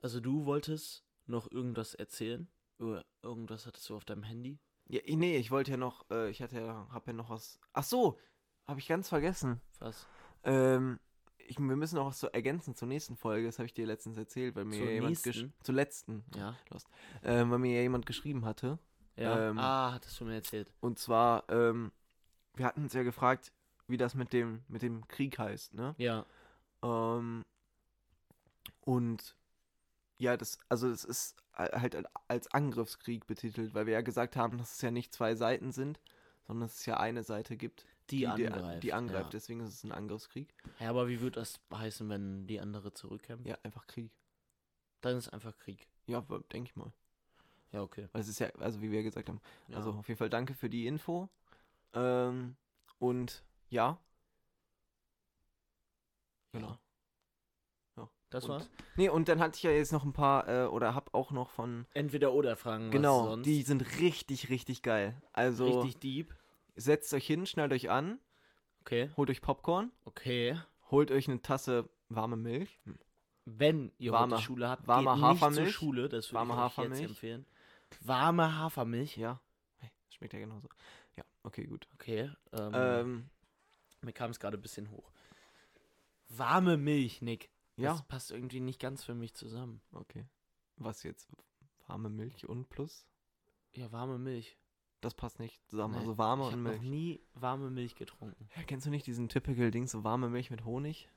B: Also du wolltest noch irgendwas erzählen? Oder irgendwas hattest du auf deinem Handy?
A: Ja, ich- nee, ich wollte ja noch, äh, ich hatte ja, hab ja noch was. Ach so, habe ich ganz vergessen.
B: Was?
A: Ähm, ich, wir müssen noch was zu ergänzen zur nächsten Folge. Das habe ich dir letztens erzählt, weil mir
B: Zur
A: ja jemand gesch-
B: nächsten?
A: zur letzten,
B: Ja.
A: ähm, weil mir ja jemand geschrieben hatte.
B: ja.
A: Ähm,
B: ah, hattest du mir erzählt.
A: Und zwar, ähm, wir hatten uns ja gefragt, wie das mit dem mit dem Krieg heißt, ne?
B: Ja.
A: Ähm, und ja, das, also es ist halt als Angriffskrieg betitelt, weil wir ja gesagt haben, dass es ja nicht zwei Seiten sind, sondern dass es ja eine Seite gibt.
B: Die,
A: der-
B: angreift.
A: Die angreift,
B: Ja.
A: deswegen ist es ein Angriffskrieg.
B: ja, aber wie würde das heißen, wenn die andere zurückkämpft?
A: Ja, einfach Krieg.
B: Dann ist einfach Krieg.
A: Ja, w- denke ich mal.
B: Ja, okay.
A: Weil es ist ja, also wie wir gesagt haben.
B: Ja.
A: Also auf jeden Fall danke für die Info. Ähm, und ja. Genau.
B: Das
A: und,
B: war's.
A: Nee, und dann hatte ich ja jetzt noch ein paar, äh, oder hab auch noch von.
B: Entweder oder Fragen. was
A: genau,
B: sonst.
A: die sind richtig, richtig geil. Also
B: Richtig deep.
A: setzt euch hin, schnallt euch an,
B: Okay.
A: holt euch Popcorn,
B: Okay.
A: holt euch eine Tasse warme Milch. Hm,
B: Wenn ihr
A: Warme-
B: heute Schule habt,
A: warme
B: geht nicht zur
A: Hafermilch.
B: Schule. Das würde
A: Warme
B: ich euch jetzt
A: Hafermilch.
B: empfehlen. Warme Hafermilch.
A: Ja. Hey, schmeckt ja genauso. Ja, okay, gut.
B: Okay. Ähm,
A: Ähm,
B: Mir kam es gerade ein bisschen hoch. Warme Milch, Nick.
A: ja.
B: Das passt irgendwie nicht ganz für mich zusammen.
A: Okay. Was jetzt? Warme Milch und plus?
B: Ja, warme Milch.
A: Das passt nicht zusammen.
B: Nee,
A: Also warme
B: ich habe
A: und
B: noch
A: Milch.
B: nie warme Milch getrunken.
A: Ja, kennst du nicht diesen typical Ding, so warme Milch mit Honig?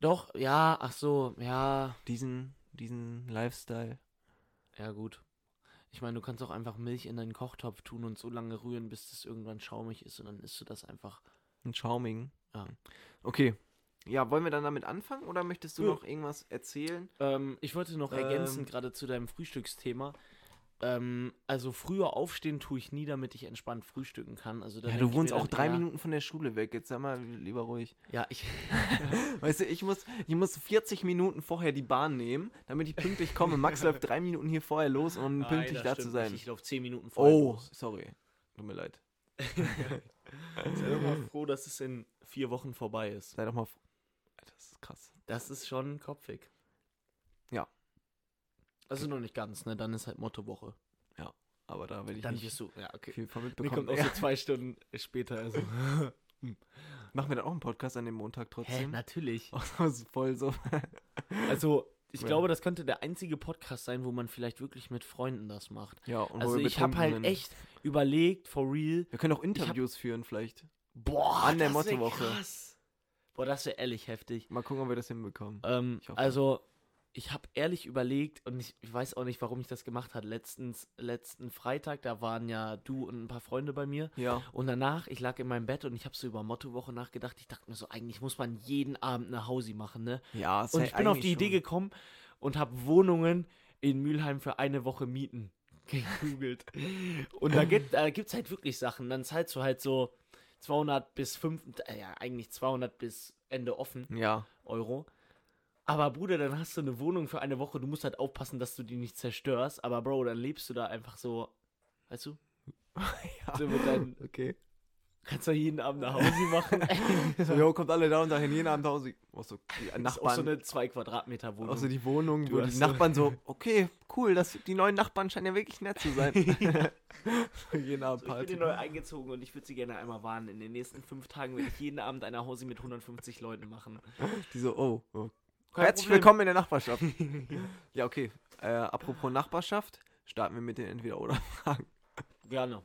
B: Doch, ja, ach so, ja.
A: Diesen, diesen Lifestyle.
B: Ja, gut. Ich meine, du kannst auch einfach Milch in deinen Kochtopf tun und so lange rühren, bis das irgendwann schaumig ist und dann isst du das einfach.
A: Einen schaumigen.
B: Ja.
A: Okay. Ja, wollen wir dann damit anfangen oder möchtest du
B: Ja.
A: noch irgendwas erzählen?
B: Ähm, ich wollte noch
A: Ähm.
B: ergänzen, gerade zu deinem Frühstücksthema. Ähm, also früher aufstehen tue ich nie, damit ich entspannt frühstücken kann. Also da
A: Ja,
B: denk
A: du
B: ich
A: wohnst
B: mir
A: auch
B: dann
A: drei
B: eher-
A: Minuten von der Schule weg. Jetzt sei mal lieber ruhig.
B: Ja, ich,
A: Weißt du, ich muss, ich muss 40 Minuten vorher die Bahn nehmen, damit ich pünktlich komme. Max läuft drei Minuten hier vorher los, um
B: Nein,
A: pünktlich
B: das
A: da
B: stimmt
A: zu
B: nicht.
A: sein.
B: Ich laufe zehn Minuten vorher
A: Oh,
B: los.
A: sorry. Tut mir leid.
B: Sei doch mal froh, dass es in vier Wochen vorbei ist.
A: Sei doch mal froh. Alter, Das ist krass.
B: Das ist schon kopfig.
A: Ja.
B: Also noch nicht ganz, ne? Dann ist halt Mottowoche.
A: Aber da will ich
B: Dann
A: nicht
B: wirst du. also, Ja, okay.
A: viel von
B: Mir
A: mitbekommen.
B: kommt auch
A: Ja.
B: so zwei Stunden später. Also.
A: Machen wir dann auch einen Podcast an dem Montag
B: Hä,
A: trotzdem?
B: natürlich.
A: Oh, das ist voll so.
B: Also, ich
A: Ja.
B: glaube, das könnte der einzige Podcast sein, wo man vielleicht wirklich mit Freunden das macht.
A: Ja, und wo
B: Also,
A: wir
B: ich habe
A: betrunken
B: halt
A: sind.
B: echt überlegt, for real.
A: Wir können auch Interviews führen vielleicht.
B: Boah,
A: An der
B: das wär
A: Mottowoche.
B: krass. Boah, das wäre ehrlich heftig.
A: Mal gucken, ob wir das hinbekommen.
B: Ähm,
A: Ich hoffe.
B: also, ich habe ehrlich überlegt und ich, ich weiß auch nicht, warum ich das gemacht habe. Letztens, letzten Freitag, da waren ja du und ein paar Freunde bei mir.
A: Ja.
B: Und danach, ich lag in meinem Bett und ich habe so über Mottowoche nachgedacht. Ich dachte mir so, eigentlich muss man jeden Abend eine Hausi machen, ne?
A: Ja,
B: Und ich bin auf die Idee gekommen und habe Wohnungen in Mülheim für eine Woche mieten gegoogelt. und da gibt da gibt's halt wirklich Sachen. Dann zahlst du halt so 200 bis 5, äh, ja, eigentlich 200 bis Ende offen.
A: gekommen. Ja.
B: Euro. Aber Bruder, dann hast du eine Wohnung für eine Woche. Du musst halt aufpassen, dass du die nicht zerstörst. Aber Bro, dann lebst du da einfach so, weißt du? So mit deinen,
A: Okay.
B: kannst du jeden Abend nach Hause machen.
A: So, jo, kommt alle da und sagen, jeden Abend nach Hause. Auch so die
B: Das ist auch so
A: Nachbarn.
B: eine 2 Quadratmeter Wohnung.
A: Auch so die Wohnung,
B: Du
A: wo die
B: hast so-
A: Nachbarn so, okay, cool, das, die neuen Nachbarn scheinen ja wirklich nett zu sein. jeden Abend
B: So, ich bin
A: Party.
B: hier neu eingezogen und ich würde sie gerne einmal warnen. In den nächsten fünf Tagen werde ich jeden Abend eine Hausi mit 150 Leuten machen.
A: Die so, oh, oh
B: Kein
A: Herzlich
B: Problem.
A: willkommen in der Nachbarschaft. ja, okay. Äh, apropos Nachbarschaft, starten wir mit den Entweder-Oder-Fragen.
B: Gerne.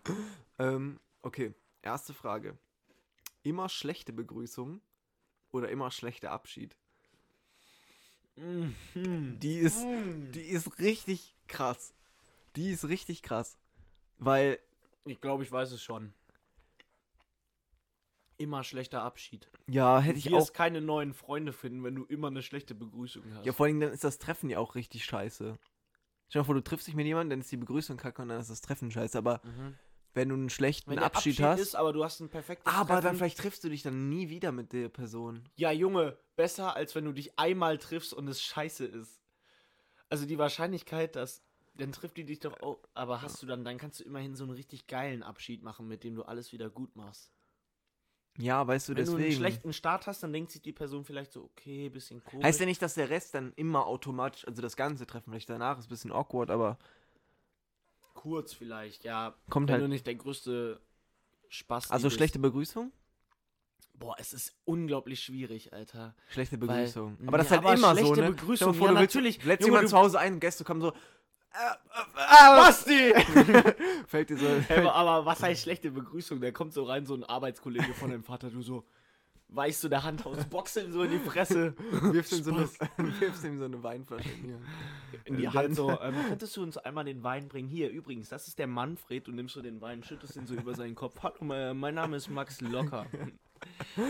A: Ähm, okay, erste Frage. Immer schlechte Begrüßung oder immer schlechter Abschied?
B: Mhm.
A: Die ist, die ist richtig krass. Die ist richtig krass. Weil,
B: Ich glaube, ich weiß es schon. Immer schlechter Abschied.
A: ja, hätte
B: Ich
A: ich
B: wirst
A: auch.
B: keine neuen Freunde finden, wenn du immer eine schlechte Begrüßung hast.
A: Ja, vor allem, dann ist das Treffen ja auch richtig scheiße. Stell dir mal vor, du triffst dich mit jemandem, dann ist die Begrüßung kacke und dann ist das Treffen scheiße. Aber
B: Mhm.
A: wenn du einen schlechten
B: Wenn der
A: Abschied, hast,
B: ist, aber du hast ein perfektes
A: aber dann
B: Treffen-
A: vielleicht triffst du dich dann nie wieder mit der Person.
B: Ja, Junge, besser, als wenn du dich einmal triffst und es scheiße ist. Also die Wahrscheinlichkeit, dass. Dann trifft die dich doch auch. Aber hast du dann, dann kannst du immerhin so einen richtig geilen Abschied machen, mit dem du alles wieder gut machst.
A: Ja, weißt du,
B: wenn du einen
A: deswegen.
B: schlechten Start hast, dann denkt sich die Person vielleicht so, okay, bisschen komisch.
A: heißt ja nicht, dass der Rest dann immer automatisch, also das ganze Treffen vielleicht danach ist ein bisschen awkward, aber
B: kurz vielleicht, ja.
A: kommt
B: wenn du
A: halt.
B: nicht der größte Spaß
A: Also schlechte Begrüßung?
B: Boah, es ist unglaublich schwierig, Alter.
A: Schlechte
B: Weil-
A: Begrüßung.
B: Ja,
A: aber das ist halt
B: aber
A: immer so,
B: schlechte
A: ne? Stell
B: Begrüßung,
A: dir
B: ja,
A: du willst-
B: natürlich.
A: Lädst
B: Junge,
A: jemand
B: du-
A: zu Hause ein, Gäste kommen so. Äh, äh, äh, Basti! Fällt dir so.
B: Hey, aber, aber was heißt schlechte Begrüßung? Da kommt so rein so ein Arbeitskollege von deinem Vater, du so, weißt du, der Hand aus Boxen so in die Fresse,
A: Wirfst ihm so, eine, wirfst ihm so eine Weinflasche in die Hand.
B: in
A: Äh,
B: die Hand so, ähm, könntest du uns einmal den Wein bringen? Hier, übrigens, das ist der Manfred, du nimmst so den Wein, schüttest ihn so über seinen Kopf. Hallo, mein, mein Name ist Max Locker.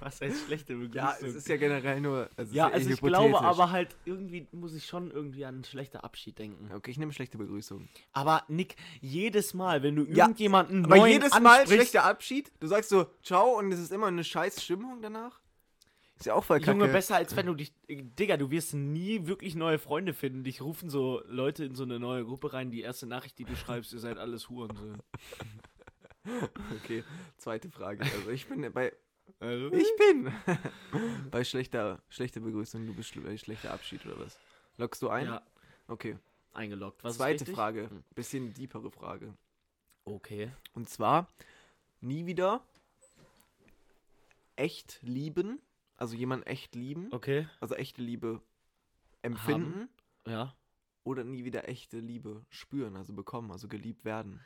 B: was heißt schlechte Begrüßung?
A: Ja, es ist ja generell nur. es ist
B: Ja,
A: eh
B: also ich glaube
A: hypothetisch.
B: aber halt, irgendwie muss ich schon irgendwie an einen schlechten Abschied denken.
A: Okay, ich nehme schlechte Begrüßung.
B: Aber Nick, jedes Mal, wenn du
A: Ja,
B: irgendjemanden
A: Aber
B: neuen
A: jedes Mal
B: ansprichst,
A: schlechter Abschied. Du sagst so, ciao, und es ist immer eine scheiß Stimmung danach. Ist ja auch voll kacke.
B: Junge, besser als wenn du dich. äh, Digga, du wirst nie wirklich neue Freunde finden. Dich rufen so Leute in so eine neue Gruppe rein. Die erste Nachricht, die du schreibst, ihr seid alles Hurensöhne.
A: Okay, zweite Frage. Also ich bin bei.
B: Also,
A: Ich bin! bei schlechter, schlechter Begrüßung, du bist schl- bei schlechter Abschied oder was? Lockst du ein?
B: ja,
A: Okay.
B: eingeloggt. Was ist
A: Zweite
B: richtig?
A: Frage.
B: Hm.
A: Bisschen deepere Frage.
B: Okay.
A: Und zwar nie wieder echt lieben. Also jemanden echt lieben.
B: Okay.
A: Also echte Liebe empfinden.
B: Ja.
A: Oder nie wieder echte Liebe spüren, also bekommen, also geliebt werden.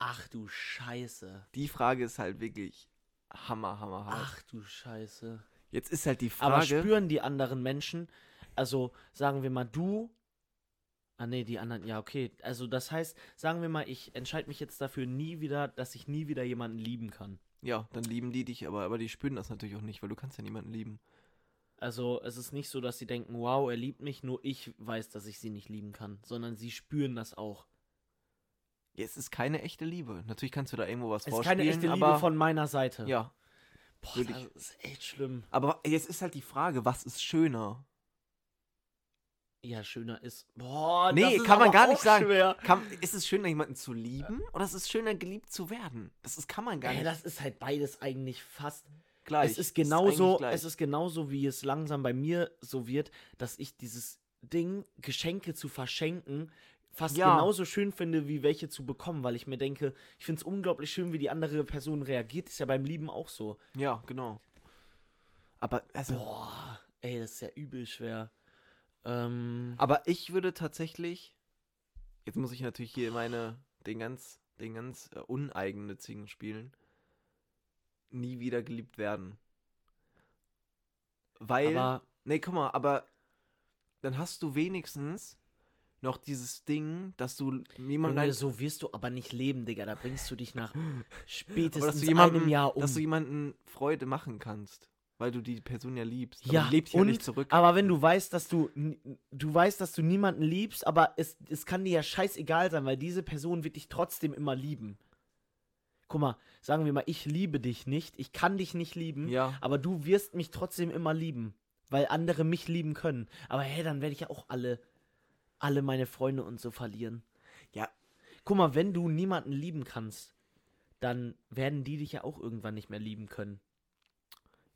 B: Ach du Scheiße.
A: Die Frage ist halt wirklich hammer, hammer, hammer.
B: Ach du Scheiße.
A: Jetzt ist halt die
B: Aber
A: Frage.
B: spüren die anderen Menschen, also sagen wir mal du, ah nee, die anderen, ja okay, also das heißt, sagen wir mal, ich entscheide mich jetzt dafür nie wieder, dass ich nie wieder jemanden lieben kann.
A: ja, dann lieben die dich, aber, aber die spüren das natürlich auch nicht, weil du kannst ja niemanden lieben.
B: Also es ist nicht so, dass sie denken, wow, er liebt mich, nur ich weiß, dass ich sie nicht lieben kann, sondern sie spüren das auch.
A: Jetzt ist keine echte Liebe. Natürlich kannst du da irgendwo was
B: Es ist
A: vorspielen,
B: keine echte Liebe
A: aber
B: von meiner Seite.
A: ja,
B: Boah,
A: würde
B: das ist echt schlimm.
A: aber jetzt ist halt die Frage, was ist schöner?
B: Ja, schöner ist. Boah,
A: Nee,
B: das ist
A: kann man
B: aber
A: gar nicht
B: auch
A: sagen.
B: Schwer.
A: Kann, ist es schöner, jemanden zu lieben oder ist es schöner, geliebt zu werden? Das ist, kann man gar
B: Ey,
A: nicht
B: das ist halt beides eigentlich fast
A: gleich.
B: Es ist
A: eigentlich
B: genauso,
A: gleich.
B: es ist genauso, wie es langsam bei mir so wird, dass ich dieses Ding, Geschenke zu verschenken, fast
A: Ja.
B: genauso schön finde, wie welche zu bekommen, weil ich mir denke, ich finde es unglaublich schön, wie die andere Person reagiert. Ist ja beim Lieben auch so.
A: ja, genau. Aber also,
B: Boah, ey, das ist ja übel schwer. Ähm,
A: Aber ich würde tatsächlich, jetzt muss ich natürlich hier meine, den ganz, den ganz äh, uneigennützigen spielen, nie wieder geliebt werden. Weil,
B: aber
A: nee, guck mal, aber dann hast du wenigstens noch dieses Ding, dass du niemanden,
B: Junge, so wirst du aber nicht leben, Digga. Da bringst du dich nach
A: aber dass
B: spätestens
A: du jemanden,
B: einem Jahr um.
A: dass du jemanden Freude machen kannst, weil du die Person ja liebst.
B: Ja,
A: aber die lebt ja
B: und-
A: nicht zurück.
B: Aber wenn du weißt, dass du n- du weißt, dass du niemanden liebst, aber es, es kann dir ja scheißegal sein, weil diese Person wird dich trotzdem immer lieben. Guck mal, sagen wir mal, ich liebe dich nicht, ich kann dich nicht lieben,
A: Ja.
B: aber du wirst mich trotzdem immer lieben, weil andere mich lieben können. Aber hey, dann werde ich ja auch alle alle meine Freunde und so verlieren.
A: Ja.
B: Guck mal, wenn du niemanden lieben kannst, dann werden die dich ja auch irgendwann nicht mehr lieben können.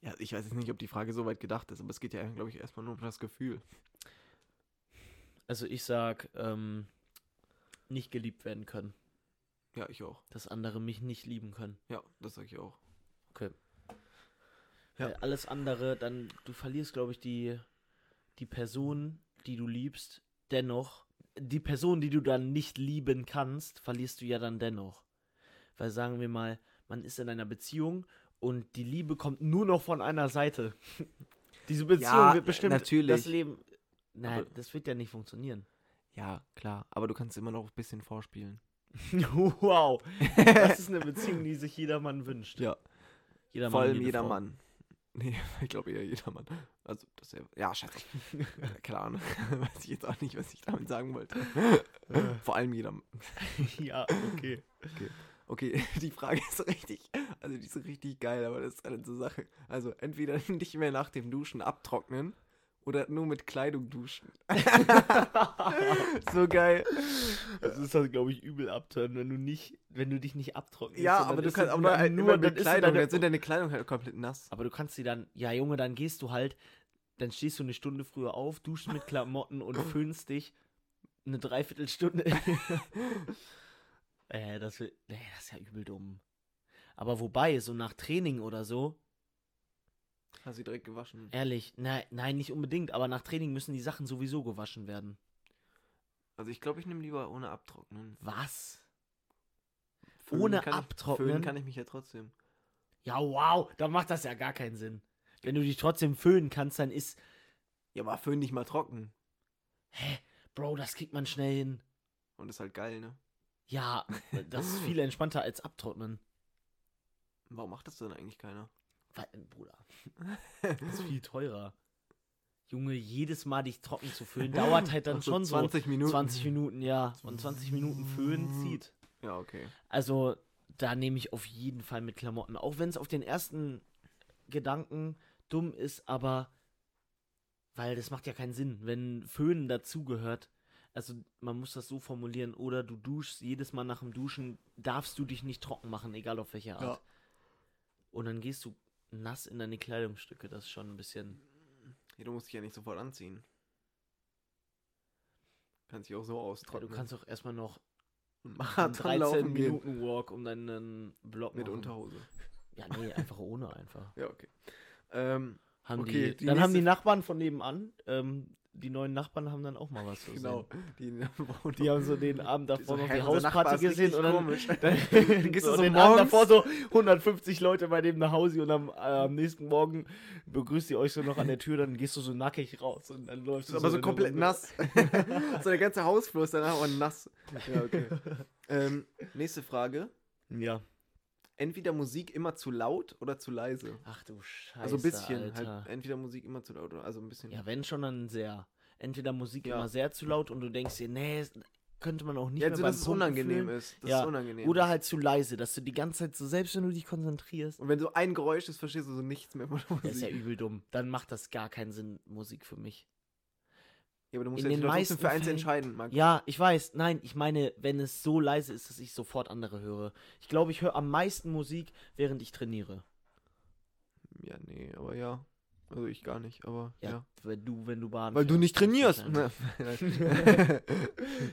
A: ja, ich weiß jetzt nicht, ob die Frage so weit gedacht ist, aber es geht ja, glaube ich, erstmal nur um das Gefühl.
B: Also ich sag, ähm, nicht geliebt werden können.
A: Ja, ich auch.
B: Dass andere mich nicht lieben können.
A: Ja, das sag ich auch.
B: Okay.
A: Ja.
B: Weil alles andere, dann, du verlierst, glaube ich, die, die Person, die du liebst, dennoch. Die Person, die du dann nicht lieben kannst, verlierst du ja dann dennoch. Weil sagen wir mal, man ist in einer Beziehung und die Liebe kommt nur noch von einer Seite. Diese Beziehung
A: Ja,
B: wird bestimmt
A: natürlich.
B: das Leben. Nein,
A: Aber-
B: das wird ja nicht funktionieren.
A: Ja, klar. Aber du kannst immer noch ein bisschen vorspielen.
B: Wow, das ist eine Beziehung, die sich jedermann wünscht.
A: Ja.
B: Jeder
A: Vor
B: Mann,
A: allem
B: jede
A: jeder
B: Frau.
A: Mann. Nee, ich glaube eher jeder Mann. Also, das ist ja. Ja, scheiße. Ja, Keine Ahnung. Weiß ich jetzt auch nicht, was ich damit sagen wollte. Vor allem jeder Mann.
B: ja, okay.
A: Okay, die Frage ist richtig, also die ist richtig geil, aber das ist eine so Sache. Also entweder nicht mehr nach dem Duschen abtrocknen oder nur mit Kleidung duschen. so geil.
B: Das ist halt, glaube ich, übel abtönen, wenn du nicht, wenn du dich nicht abtrocknest.
A: Ja,
B: sondern
A: aber du
B: ist
A: kannst
B: halt
A: auch nur,
B: dann
A: nur mit
B: dann ist
A: Kleidung,
B: deine-
A: jetzt sind deine Kleidung halt komplett nass.
B: aber du kannst sie dann, ja Junge, dann gehst du halt, dann stehst du eine Stunde früher auf, duschst mit Klamotten und föhnst dich eine Dreiviertelstunde. äh, das, wär- nee, das ist ja übel dumm. Aber wobei, so nach Training oder so,
A: Hast sie direkt gewaschen.
B: ehrlich, nein, nein, nicht unbedingt, aber nach Training müssen die Sachen sowieso gewaschen werden.
A: Also ich glaube, ich nehme lieber ohne abtrocknen.
B: Was?
A: Föhnen
B: Ohne
A: kann ich-
B: abtrocknen?
A: Föhnen kann ich mich ja trotzdem.
B: Ja, wow, dann macht das ja gar keinen Sinn. Wenn du dich trotzdem föhnen kannst, dann ist,
A: Ja, aber föhn nicht mal trocken.
B: hä, Bro, das kriegt man schnell hin.
A: Und ist halt geil, ne?
B: Ja, das ist viel entspannter als abtrocknen.
A: Warum macht das denn eigentlich keiner?
B: Weil, Bruder, das ist viel teurer. Junge, jedes Mal dich trocken zu föhnen, dauert halt dann
A: Ach so,
B: schon
A: 20
B: so
A: Also Minuten.
B: 20 Minuten, ja. Und 20 Minuten föhnen zieht.
A: Ja, okay.
B: Also, da nehme ich auf jeden Fall mit Klamotten. Auch wenn es auf den ersten Gedanken dumm ist, aber weil das macht ja keinen Sinn, wenn Föhnen dazugehört. Also, man muss das so formulieren. Oder du duschst jedes Mal nach dem Duschen, darfst du dich nicht trocken machen, egal auf welche Art.
A: Ja.
B: Und dann gehst du nass in deine Kleidungsstücke. Das ist schon ein bisschen.
A: Ja, du musst dich ja nicht sofort anziehen. Kannst dich auch so
B: Ja, du
A: austrocknen.
B: kannst auch erstmal noch
A: einen
B: einen
A: Marathon
B: 13
A: laufen gehen.
B: Minuten Walk um deinen Block
A: Mit
B: machen.
A: Unterhose.
B: Ja, nee, einfach ohne einfach.
A: Ja, okay. Ähm,
B: Haben
A: Okay,
B: die,
A: die
B: dann haben die
A: nächste-
B: Nachbarn von nebenan, ähm, die neuen Nachbarn haben dann auch mal was gesehen.
A: genau. Die,
B: Die haben so den Abend davor noch die Hausparty
A: Hausparty
B: gesehen und dann,
A: Komisch.
B: dann
A: Dann gehst du so
B: den Abend
A: morgens-
B: davor so 150 Leute bei dem nach Hause und am, äh, am nächsten Morgen begrüßt ihr euch so noch an der Tür, dann gehst du so nackig raus und dann läufst du
A: aber so
B: eine
A: komplett
B: Runde.
A: nass. so der ganze Hausflur ist danach auch nass. Ja, okay. ähm, nächste Frage.
B: Ja.
A: Entweder Musik immer zu laut oder zu leise.
B: Ach du Scheiße,
A: Also ein bisschen.
B: Alter.
A: Halt, entweder Musik immer zu laut oder also ein bisschen.
B: Ja, wenn schon, dann sehr. Entweder Musik
A: Ja.
B: immer sehr zu laut und du denkst dir, nee, es- könnte man auch nicht
A: Ja,
B: mehr
A: also,
B: beim
A: dass es
B: Pumpen
A: unangenehm
B: fühlen.
A: ist. Das
B: Ja,
A: ist unangenehm.
B: Oder halt zu leise, dass du die ganze Zeit so, selbst wenn du dich konzentrierst,
A: und wenn so ein Geräusch ist, verstehst du so nichts mehr von der Musik.
B: das ist ja übel dumm. Dann macht das gar keinen Sinn, Musik für mich.
A: Ja, aber du musst
B: In
A: ja
B: den
A: dich trotzdem
B: meisten
A: für eins
B: Fällen-
A: entscheiden, Max.
B: Ja, ich weiß, nein, ich meine, wenn es so leise ist, dass ich sofort andere höre. Ich glaube, ich höre am meisten Musik, während ich trainiere.
A: Ja, nee, aber ja. Also ich gar nicht, aber
B: Ja,
A: ja.
B: Wenn du, wenn du Bahn
A: Weil du
B: fährst,
A: nicht
B: kannst
A: trainierst.
B: wahrscheinlich.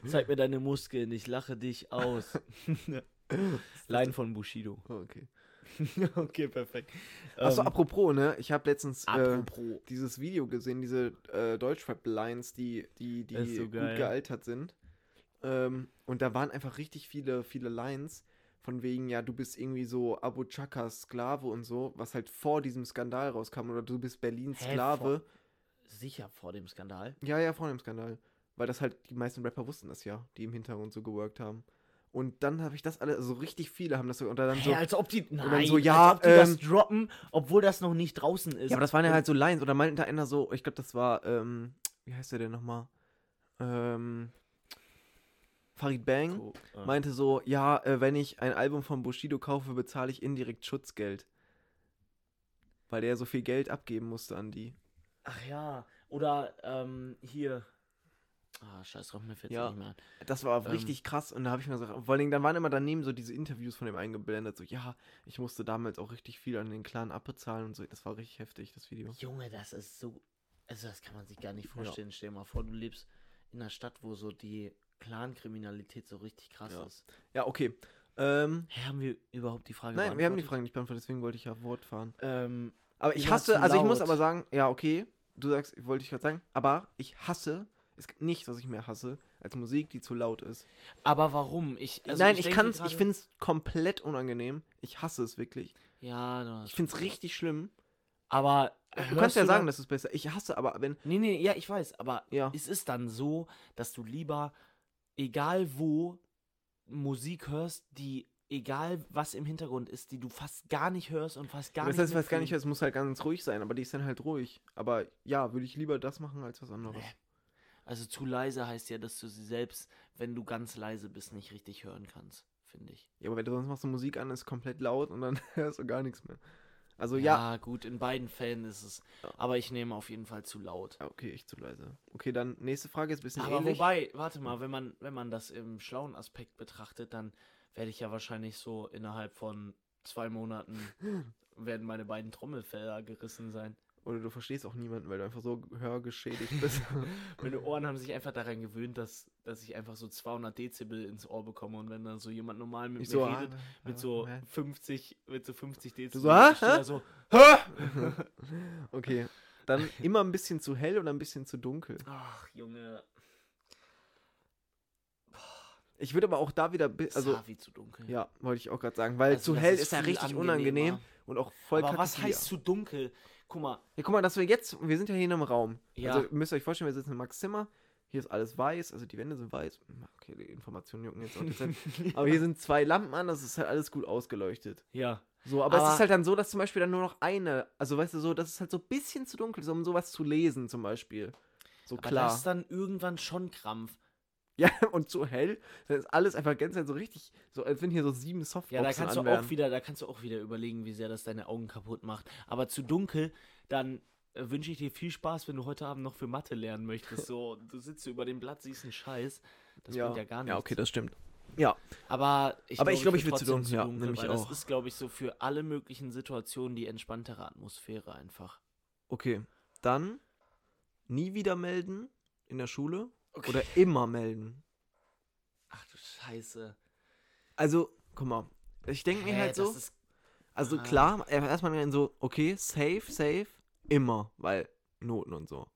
B: Zeig mir deine Muskeln, ich lache dich aus. Leiden von Bushido.
A: oh, okay.
B: okay, perfekt.
A: Achso,
B: Ähm,
A: apropos, ne? Ich habe letztens äh,
B: apropos.
A: dieses Video gesehen, diese äh, Deutschrap-Lines, die, die,
B: Das
A: die
B: ist so geil.
A: gut gealtert sind. Ähm, und da waren einfach richtig viele, viele Lines von wegen, ja, du bist irgendwie so Abu Chakas Sklave und so, was halt vor diesem Skandal rauskam, oder du bist Berlins
B: Hä,
A: Sklave.
B: Sicher vor dem Skandal.
A: Ja, ja, vor dem Skandal. Weil das halt, die meisten Rapper wussten das ja, die im Hintergrund so geworkt haben. Und dann habe ich das alle, also richtig viele haben das so, und dann
B: Hä,
A: so.
B: als ob die, nein,
A: dann so, ja,
B: als ob die
A: ähm,
B: das droppen, obwohl das noch nicht draußen ist.
A: ja, aber das waren ja halt so Lines, oder meinte einer so, ich glaube, das war, ähm, wie heißt der denn nochmal? Ähm, Farid Bang
B: So, äh,
A: meinte so, ja, äh, wenn ich ein Album von Bushido kaufe, bezahle ich indirekt Schutzgeld. Weil der so viel Geld abgeben musste an die.
B: Ach ja, oder ähm, hier. Ah, scheiß drauf, mir fällt
A: Ja.
B: nicht mehr ein.
A: Das war
B: Ähm.
A: richtig krass und da habe ich mir so, vor allen Dingen, dann waren immer daneben so diese Interviews von dem eingeblendet, so, ja, ich musste damals auch richtig viel an den Clan abbezahlen und so, das war richtig heftig, das Video.
B: Junge, das ist so. Also, das kann man sich gar nicht vorstellen. Stell dir mal vor, du lebst in einer Stadt, wo so die Clan-Kriminalität so richtig krass
A: Ja.
B: ist.
A: Ja, okay. Ähm,
B: Hä, haben wir überhaupt die Frage
A: nein, wir haben die
B: beantwortet?
A: Frage nicht beantwortet, deswegen wollte ich ja Wort fahren.
B: Ähm,
A: Aber ich
B: Immer zu
A: hasse, also ich muss
B: laut.
A: aber sagen, ja, okay, du sagst, wollte ich gerade sagen, aber ich hasse, es gibt nichts, was ich mehr hasse, als Musik, die zu laut ist.
B: aber warum? Ich, also
A: nein, ich,
B: denke
A: kann es,
B: gerade-
A: ich finde es komplett unangenehm, ich hasse es wirklich.
B: Ja, du
A: Ich
B: hast.
A: finde es richtig schlimm.
B: Aber.
A: Du kannst ja sagen,
B: dass.
A: das ist besser. Ich hasse aber, wenn,
B: Nee, nee, ja, ich weiß, aber
A: ja.
B: Es ist dann so, dass du lieber, egal wo, Musik hörst, die, egal was im Hintergrund ist, die du fast gar nicht hörst und fast gar
A: das
B: nicht.
A: heißt, ich weiß gar nicht,
B: mitfühlen-
A: es muss halt ganz ruhig sein, aber die ist dann halt ruhig. Aber ja, würde ich lieber das machen als was anderes.
B: Nee. Also zu leise heißt ja, dass du sie selbst, wenn du ganz leise bist, nicht richtig hören kannst. finde ich.
A: Ja, aber wenn du sonst machst du Musik an, ist komplett laut und dann hörst du gar nichts mehr. Also ja.
B: gut, in beiden Fällen ist es.
A: Ja.
B: Aber ich nehme auf jeden Fall zu laut.
A: Ah, Okay, echt zu leise. Okay, dann nächste Frage ist ein bisschen
B: Aber
A: ähnlich.
B: wobei, warte mal, wenn man, wenn man das im schlauen Aspekt betrachtet, dann werde ich ja wahrscheinlich so innerhalb von zwei Monaten werden meine beiden Trommelfelder gerissen sein.
A: Oder du verstehst auch niemanden, weil du einfach so hörgeschädigt bist.
B: Meine Ohren haben sich einfach daran gewöhnt, dass, dass ich einfach so 200 Dezibel ins Ohr bekomme und wenn dann so jemand normal mit
A: Ich
B: mir
A: so, ah,
B: redet, mit so 50, mit so 50 Dezibel,
A: so, ah,
B: ich stehe
A: ah?
B: da so,
A: okay. Dann immer ein bisschen zu hell oder ein bisschen zu dunkel.
B: ach Junge,
A: Ich würde aber auch da wieder, bi-
B: also,
A: also
B: Savi zu dunkel.
A: ja, wollte ich auch gerade sagen, weil
B: Also
A: zu
B: das
A: hell
B: ist
A: ist ja
B: viel
A: richtig
B: angenehmer.
A: unangenehm und auch voll
B: Aber was
A: Kacke für die-
B: heißt zu dunkel? Guck mal,
A: Ja, guck mal, dass wir jetzt, wir sind ja hier in einem Raum.
B: Ja.
A: Also müsst ihr euch vorstellen, wir sitzen in Max Zimmer. Hier ist alles weiß, also die Wände sind weiß. Okay, die Informationen jucken jetzt auch nicht. Aber hier sind zwei Lampen an, das ist halt alles gut ausgeleuchtet.
B: ja,
A: So, aber, es
B: Aber-
A: ist halt dann so, dass zum Beispiel dann nur noch eine, also weißt du, so, das ist halt so ein bisschen zu dunkel, so um sowas zu lesen zum Beispiel. So
B: aber
A: klar.
B: das ist dann irgendwann schon Krampf.
A: ja, und zu hell, dann ist alles einfach ganz so richtig, so als wenn hier so sieben
B: Ja,
A: Softboxen
B: da kannst
A: an
B: du auch
A: wären.
B: wieder, da kannst du auch wieder überlegen, wie sehr das deine Augen kaputt macht. Aber zu dunkel, dann äh, wünsche ich dir viel Spaß, wenn du heute Abend noch für Mathe lernen möchtest. So, du sitzt so über dem Blatt, siehst einen Scheiß. Das bringt ja gar nichts.
A: Ja, okay, das stimmt. Ja,
B: Aber ich
A: Aber ich glaub, ich
B: wird
A: will zu dunkel, ja,
B: dunkel
A: nehm ich
B: weil
A: auch.
B: Das ist, glaube ich, so für alle möglichen Situationen die entspanntere Atmosphäre einfach.
A: okay. Dann nie wieder melden in der Schule oder immer melden.
B: Ach du Scheiße.
A: Also, guck mal, ich denke mir
B: Hä,
A: halt so,
B: Das ist,
A: also
B: ah.
A: klar, erstmal mir so, okay, safe, safe, immer, weil Noten und so.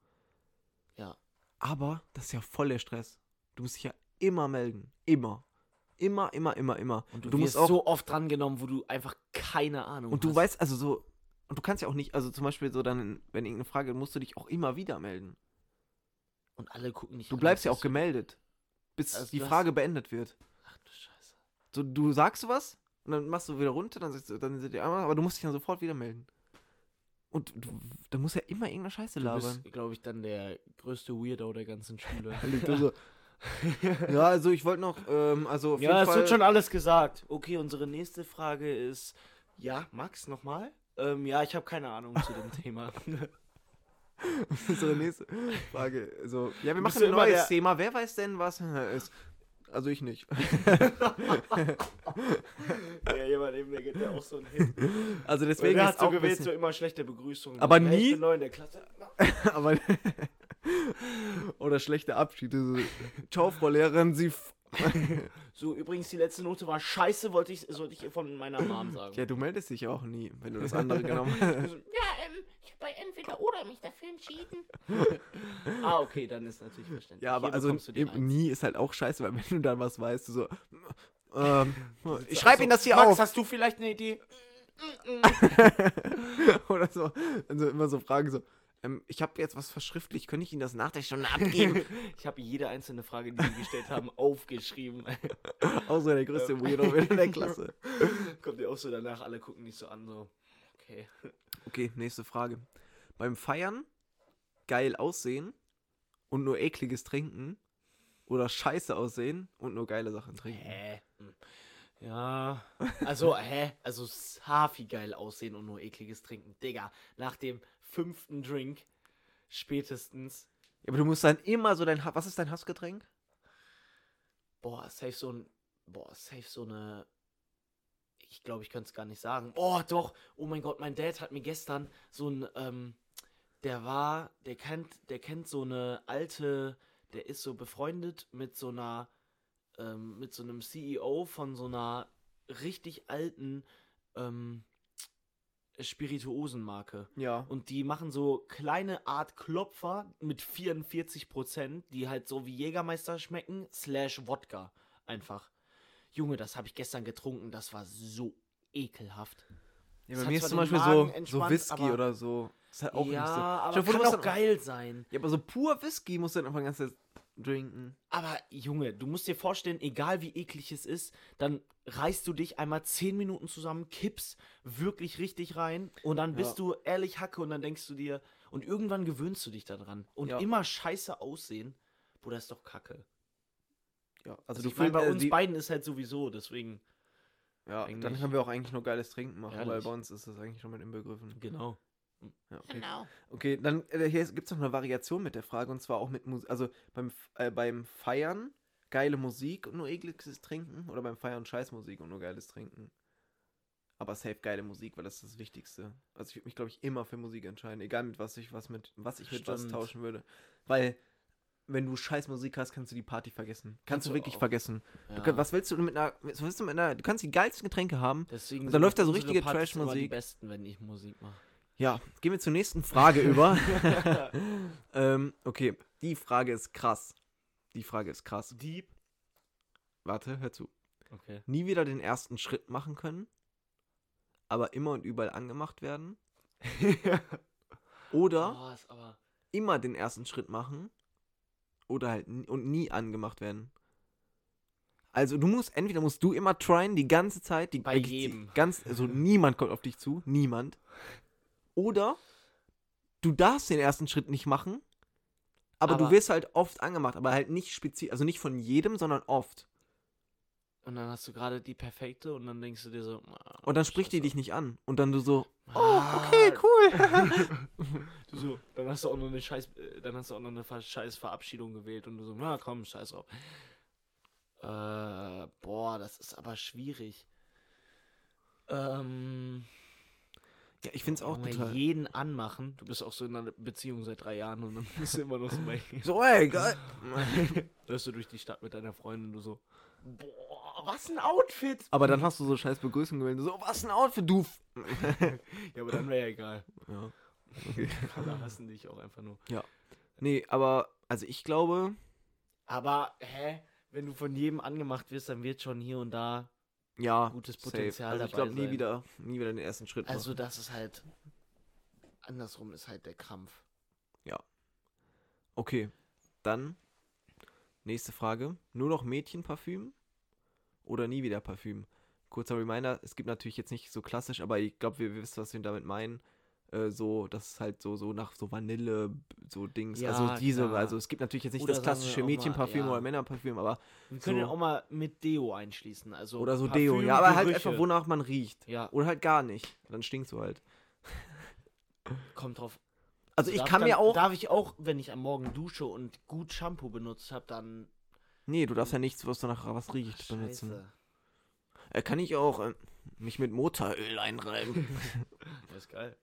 B: ja.
A: Aber das ist ja voll der Stress. Du musst dich ja immer melden. Immer. Immer, immer, immer, immer.
B: Und du,
A: du
B: wirst
A: musst auch.
B: so oft drangenommen, wo du einfach keine Ahnung
A: und du
B: hast.
A: weißt, also so. Und du kannst ja auch nicht, also zum Beispiel so dann, wenn irgendeine Frage, musst du dich auch immer wieder melden.
B: Und alle gucken nicht
A: Du bleibst ja auch gemeldet, bis
B: Also
A: die
B: du hast-
A: Frage beendet wird.
B: Ach du Scheiße.
A: So, du sagst was und dann machst du wieder runter, dann sagst du, dann sind die anderen, aber du musst dich dann sofort wieder melden. Und du, da muss ja immer irgendeine Scheiße
B: Du
A: labern.
B: bist, glaube ich, dann der größte Weirdo der ganzen Schule.
A: ja, also ich wollte noch, ähm, also auf
B: ja,
A: jeden
B: es
A: Fall.
B: wird schon alles gesagt. Okay, unsere nächste Frage ist, ja, Max, nochmal? Ähm, ja, ich habe keine Ahnung zu dem Thema.
A: unsere nächste Frage. So, ja, wir
B: bist
A: machen ein
B: ja immer
A: neues
B: der-
A: Thema. Wer weiß denn, was ist? Also ich nicht.
B: ja, jemand eben, der gibt ja auch so einen Hit.
A: Also deswegen
B: Deswegen
A: ist
B: hast du
A: auch ein
B: gewählt,
A: bisschen,
B: so immer schlechte Begrüßungen.
A: Aber
B: Ja,
A: nie-
B: Ich bin neu in der Klasse.
A: aber oder schlechte Abschiede. So, Ciao, Frau Lehrerin, Sie. F
B: So, übrigens, die letzte Note war scheiße, wollte ich, sollte ich ihr von meiner Mom sagen.
A: ja, du meldest dich auch nie, wenn du das andere genommen hast.
C: Ja, ähm, ich habe bei entweder oder mich dafür entschieden.
B: Ah, okay, dann ist natürlich verständlich.
A: Ja, aber
B: Hier
A: also
B: bekommst du den
A: eben nie ist halt auch scheiße, weil wenn du dann was weißt, du so. Ähm, ich
B: Eins.
A: schreibe
B: Also,
A: Ihnen das hier
B: Max,
A: auf.
B: hast du vielleicht eine Idee?
A: Oder so. Also immer so Fragen so. Ähm, ich habe jetzt was verschriftlicht. Könnte ich Ihnen das nach der Stunde abgeben?
B: Ich habe jede einzelne Frage, die sie gestellt haben, aufgeschrieben.
A: Außer der größte Weirdo in der Klasse.
B: Kommt ja auch so danach, alle gucken nicht so an, so. Okay.
A: Okay, nächste Frage. Beim Feiern geil aussehen und nur ekliges trinken oder scheiße aussehen und nur geile Sachen trinken?
B: Hä? Hm. Ja. Also, hä? Also, Safi geil aussehen und nur ekliges Trinken. Digga, nach dem fünften Drink spätestens.
A: Ja, aber du musst dann immer so dein Ha- was ist dein Hassgetränk?
B: Boah, safe so ein. Boah, safe so eine. Ich glaube, ich könnte es gar nicht sagen. Oh, doch. Oh mein Gott, mein Dad hat mir gestern so ein. Ähm, der war. Der kennt, der kennt so eine alte. Der ist so befreundet mit so einer. Ähm, mit so einem CEO von so einer richtig alten. Ähm, Spirituosenmarke.
A: Ja.
B: Und die machen so kleine Art Klopfer mit 44 Prozent, die halt so wie Jägermeister schmecken, slash Wodka. Einfach. Junge, das habe ich gestern getrunken, das war so ekelhaft.
A: Ja,
B: Das
A: bei
B: hat
A: mir ist
B: zwar
A: zum
B: den
A: Beispiel
B: Magen
A: so, so
B: entspannt,
A: Whisky
B: aber-
A: oder so. Ist halt auch
B: ja,
A: nicht so.
B: aber
A: Stell dir vor, du
B: kann
A: musst
B: auch
A: dann,
B: geil sein.
A: ja, aber so pur Whisky musst du dann einfach die ganze Zeit trinken.
B: Aber Junge, du musst dir vorstellen, egal wie eklig es ist, dann reißt du dich einmal 10 Minuten zusammen, kippst wirklich richtig rein und dann bist
A: Ja.
B: du ehrlich Hacke und dann denkst du dir, und irgendwann gewöhnst du dich daran. Und
A: Ja.
B: immer scheiße aussehen, Bruder, ist doch Kacke.
A: Ja, also,
B: Also,
A: du
B: ich mein,
A: fühlst
B: bei
A: äh,
B: uns
A: die-
B: beiden ist halt sowieso, deswegen.
A: Ja, dann
B: eigentlich-
A: können wir auch eigentlich nur geiles Trinken machen, weil
B: Ehrlich.
A: bei uns ist das eigentlich schon mit inbegriffen.
B: Genau.
A: Ja, okay.
C: Genau.
A: Okay, dann äh, hier gibt es noch eine Variation mit der Frage und zwar auch mit Musik. Also beim, F- äh, beim Feiern geile Musik und nur ekliges Trinken oder beim Feiern Scheißmusik und nur geiles Trinken. Aber safe geile Musik, weil das ist das Wichtigste. Also ich würde mich, glaube ich, immer für Musik entscheiden, egal mit was ich was mit was ich mit was
B: Stimmt.
A: tauschen würde. Weil wenn du Scheißmusik hast, kannst du die Party vergessen. Kannst
B: Kannst
A: du
B: du
A: wirklich
B: auch. Ah.
A: vergessen. Du,
B: Ja.
A: kann- was willst du mit einer, was willst du mit einer, du kannst die geilsten Getränke haben.
B: Deswegen
A: Und dann
B: sind
A: läuft da so
B: unsere
A: richtige
B: Partys immer Die
A: Trashmusik.
B: besten, wenn ich Musik mache.
A: Ja, gehen wir zur nächsten Frage über. ähm, okay, die Frage ist krass. Die Frage ist krass.
B: Deep.
A: Warte, hör zu.
B: Okay.
A: Nie wieder den ersten Schritt machen können, aber immer und überall angemacht werden. Oder
B: Boah, Oh, ist aber.
A: immer den ersten Schritt machen oder halt n- und nie angemacht werden. Also du musst entweder musst du immer tryen die ganze Zeit, die,
B: Bei
A: wirklich die
B: jedem.
A: ganz also niemand kommt auf dich zu, niemand. Oder du darfst den ersten Schritt nicht machen, aber, du
B: Aber-
A: wirst halt oft angemacht, aber halt nicht speziell, also nicht von jedem, sondern oft.
B: Und dann hast du gerade die perfekte und dann denkst du dir so. ah,
A: Und dann spricht die
B: Scheiße.
A: dich nicht an und dann du so, oh,
B: Ah,
A: okay, cool.
B: Du so, dann hast du auch noch eine scheiß, äh, dann hast du auch noch eine ver- scheiß Verabschiedung gewählt und du so, na komm, scheiß drauf. Äh, boah, das ist aber schwierig. Ähm,
A: ja, ich find's auch
B: Junge,
A: total.
B: jeden anmachen. Du bist auch so in einer Beziehung seit drei Jahren und dann bist du immer noch so bei.
A: So, ey, geil.
B: Läufst du durch die Stadt mit deiner Freundin und du so, boah, was ein Outfit!
A: Aber dann hast du so scheiß Begrüßung gewählt, so, was ein Outfit, du. F-
B: Ja, aber dann wäre ja egal.
A: Ja.
B: Alle hassen dich auch einfach nur.
A: Nee, aber, also ich glaube,
B: Aber, hä? Wenn du von jedem angemacht wirst, dann wird schon hier und da
A: ja.
B: Gutes
A: safe.
B: Potenzial
A: Also ich
B: dabei
A: glaube, nie
B: sein.
A: wieder, nie wieder den ersten Schritt
B: Also
A: machen.
B: das ist halt andersrum ist halt der Krampf.
A: Okay, dann nächste Frage. Nur noch Mädchenparfüm oder nie wieder Parfüm? Kurzer Reminder, es gibt natürlich jetzt nicht so klassisch, aber ich glaube, wir, wir wissen, was wir damit meinen. Äh, so, das ist halt so, so nach so Vanille, so Dings.
B: Ja,
A: also diese,
B: klar.
A: also es gibt natürlich jetzt nicht
B: Oder
A: das
B: sagen wir
A: klassische
B: auch mal,
A: Mädchenparfüm
B: ja.
A: oder Männerparfüm, aber
B: Wir können
A: So.
B: ja auch mal mit Deo einschließen, also
A: oder so
B: Parfüm,
A: Deo, ja, aber halt
B: Gerüche.
A: einfach, wonach man riecht.
B: Ja,
A: Oder halt gar nicht. Dann stinkst du halt.
B: kommt drauf.
A: Also ich
B: Darf
A: kann
B: dann,
A: mir auch.
B: darf ich auch, wenn ich am Morgen dusche und gut Shampoo benutzt habe, dann
A: Nee, du darfst ja nichts, was danach was riecht,
B: Ach,
A: benutzen.
B: Scheiße.
A: Äh, kann ich auch äh, mich mit Motoröl einreiben.
B: Das ist geil.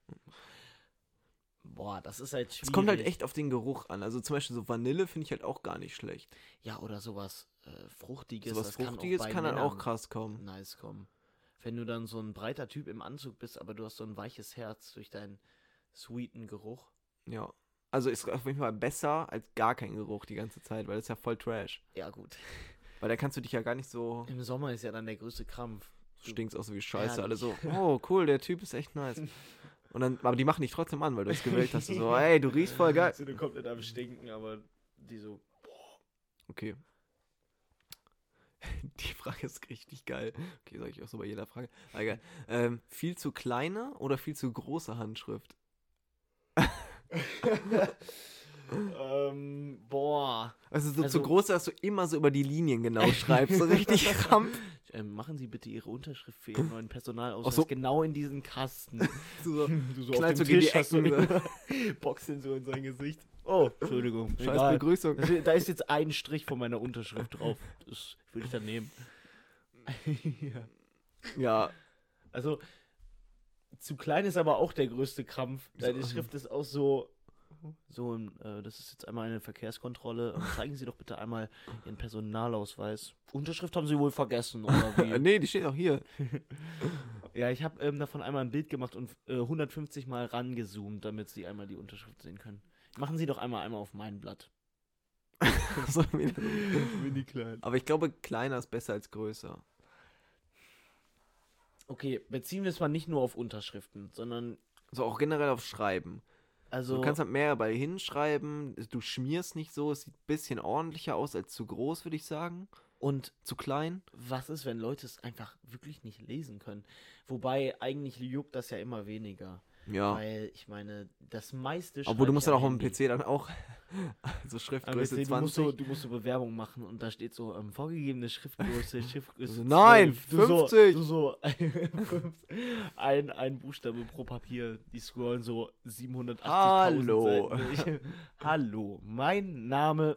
B: Boah, das ist halt schwierig.
A: Es kommt halt echt auf den Geruch an. Also zum Beispiel so Vanille finde ich halt auch gar nicht schlecht.
B: Ja, oder sowas äh, fruchtiges,
A: So was
B: das kann auch
A: Fruchtiges
B: bei
A: kann dann auch
B: Männern
A: krass kommen.
B: Nice kommen. Wenn du dann so ein breiter Typ im Anzug bist, aber du hast so ein weiches Herz durch deinen sweeten Geruch.
A: Ja. Also ist auf jeden Fall besser als gar kein Geruch die ganze Zeit, weil das ist ja voll Trash.
B: Ja, gut.
A: Weil da kannst du dich ja gar nicht so
B: Im Sommer ist ja dann der größte Krampf.
A: du stinkst auch so wie Scheiße.
B: Ehrlich.
A: Alle so, oh cool, der Typ ist echt nice. Und dann, aber die machen dich trotzdem an, weil du es gewählt hast. Du so, ey, du riechst voll geil.
B: Sind komplett am Stinken, aber die so.
A: Okay. Die Frage ist richtig geil. Okay, sage ich auch so bei jeder Frage. Aber egal. Ähm, viel zu kleine oder viel zu große Handschrift?
B: ähm, boah.
A: Also so
B: Also-
A: zu groß, dass du immer so über die Linien genau schreibst. So richtig ramp.
B: Ähm, machen Sie bitte Ihre Unterschrift für Ihren neuen Personalausweis
A: Ach so.
B: genau in diesen Kasten.
A: So,
B: du so
A: Knallst du gegen die Ecken,
B: Boxen so in sein Gesicht. Oh, Entschuldigung.
A: scheiß
B: Egal.
A: Begrüßung.
B: Also, Da ist jetzt ein Strich von meiner Unterschrift drauf. Das würde ich dann nehmen. ja.
A: Ja,
B: Also, zu klein ist aber auch der größte Krampf. Deine
A: So.
B: Schrift ist auch so. So, ähm, äh, das ist jetzt einmal eine Verkehrskontrolle. Ähm, Zeigen Sie doch bitte einmal Ihren Personalausweis. Unterschrift haben Sie wohl vergessen, oder
A: Äh,
B: wie?
A: nee, die steht auch hier.
B: ja, ich habe ähm, davon einmal ein Bild gemacht und äh, 150 Mal rangezoomt, damit Sie einmal die Unterschrift sehen können. Machen Sie doch einmal einmal auf mein Blatt.
A: So, wie-
B: Mini klein.
A: Aber ich glaube, kleiner ist besser als größer.
B: Okay, beziehen wir es mal nicht nur auf Unterschriften, sondern
A: So auch generell auf Schreiben.
B: also.
A: Du kannst halt mehr bei hinschreiben. Du schmierst nicht so. Es sieht ein bisschen ordentlicher aus als zu groß, würde ich sagen.
B: und
A: Zu klein.
B: was ist, wenn Leute es einfach wirklich nicht lesen können? Wobei eigentlich juckt das ja immer weniger.
A: Ja.
B: Weil ich meine, das meiste.
A: Obwohl du musst
B: ja
A: dann auch am PC dann auch Also
B: Aber jetzt,
A: Schriftgröße
B: nee, du,
A: 20.
B: musst so, du musst so Bewerbung machen und da steht so ähm, vorgegebene Schriftgröße, Schriftgröße.
A: So, nein,
B: 12. Du
A: 50.
B: So, du so ein, ein Buchstabe pro Papier. Die scrollen so 780
A: Hallo.
B: Hallo, mein Name.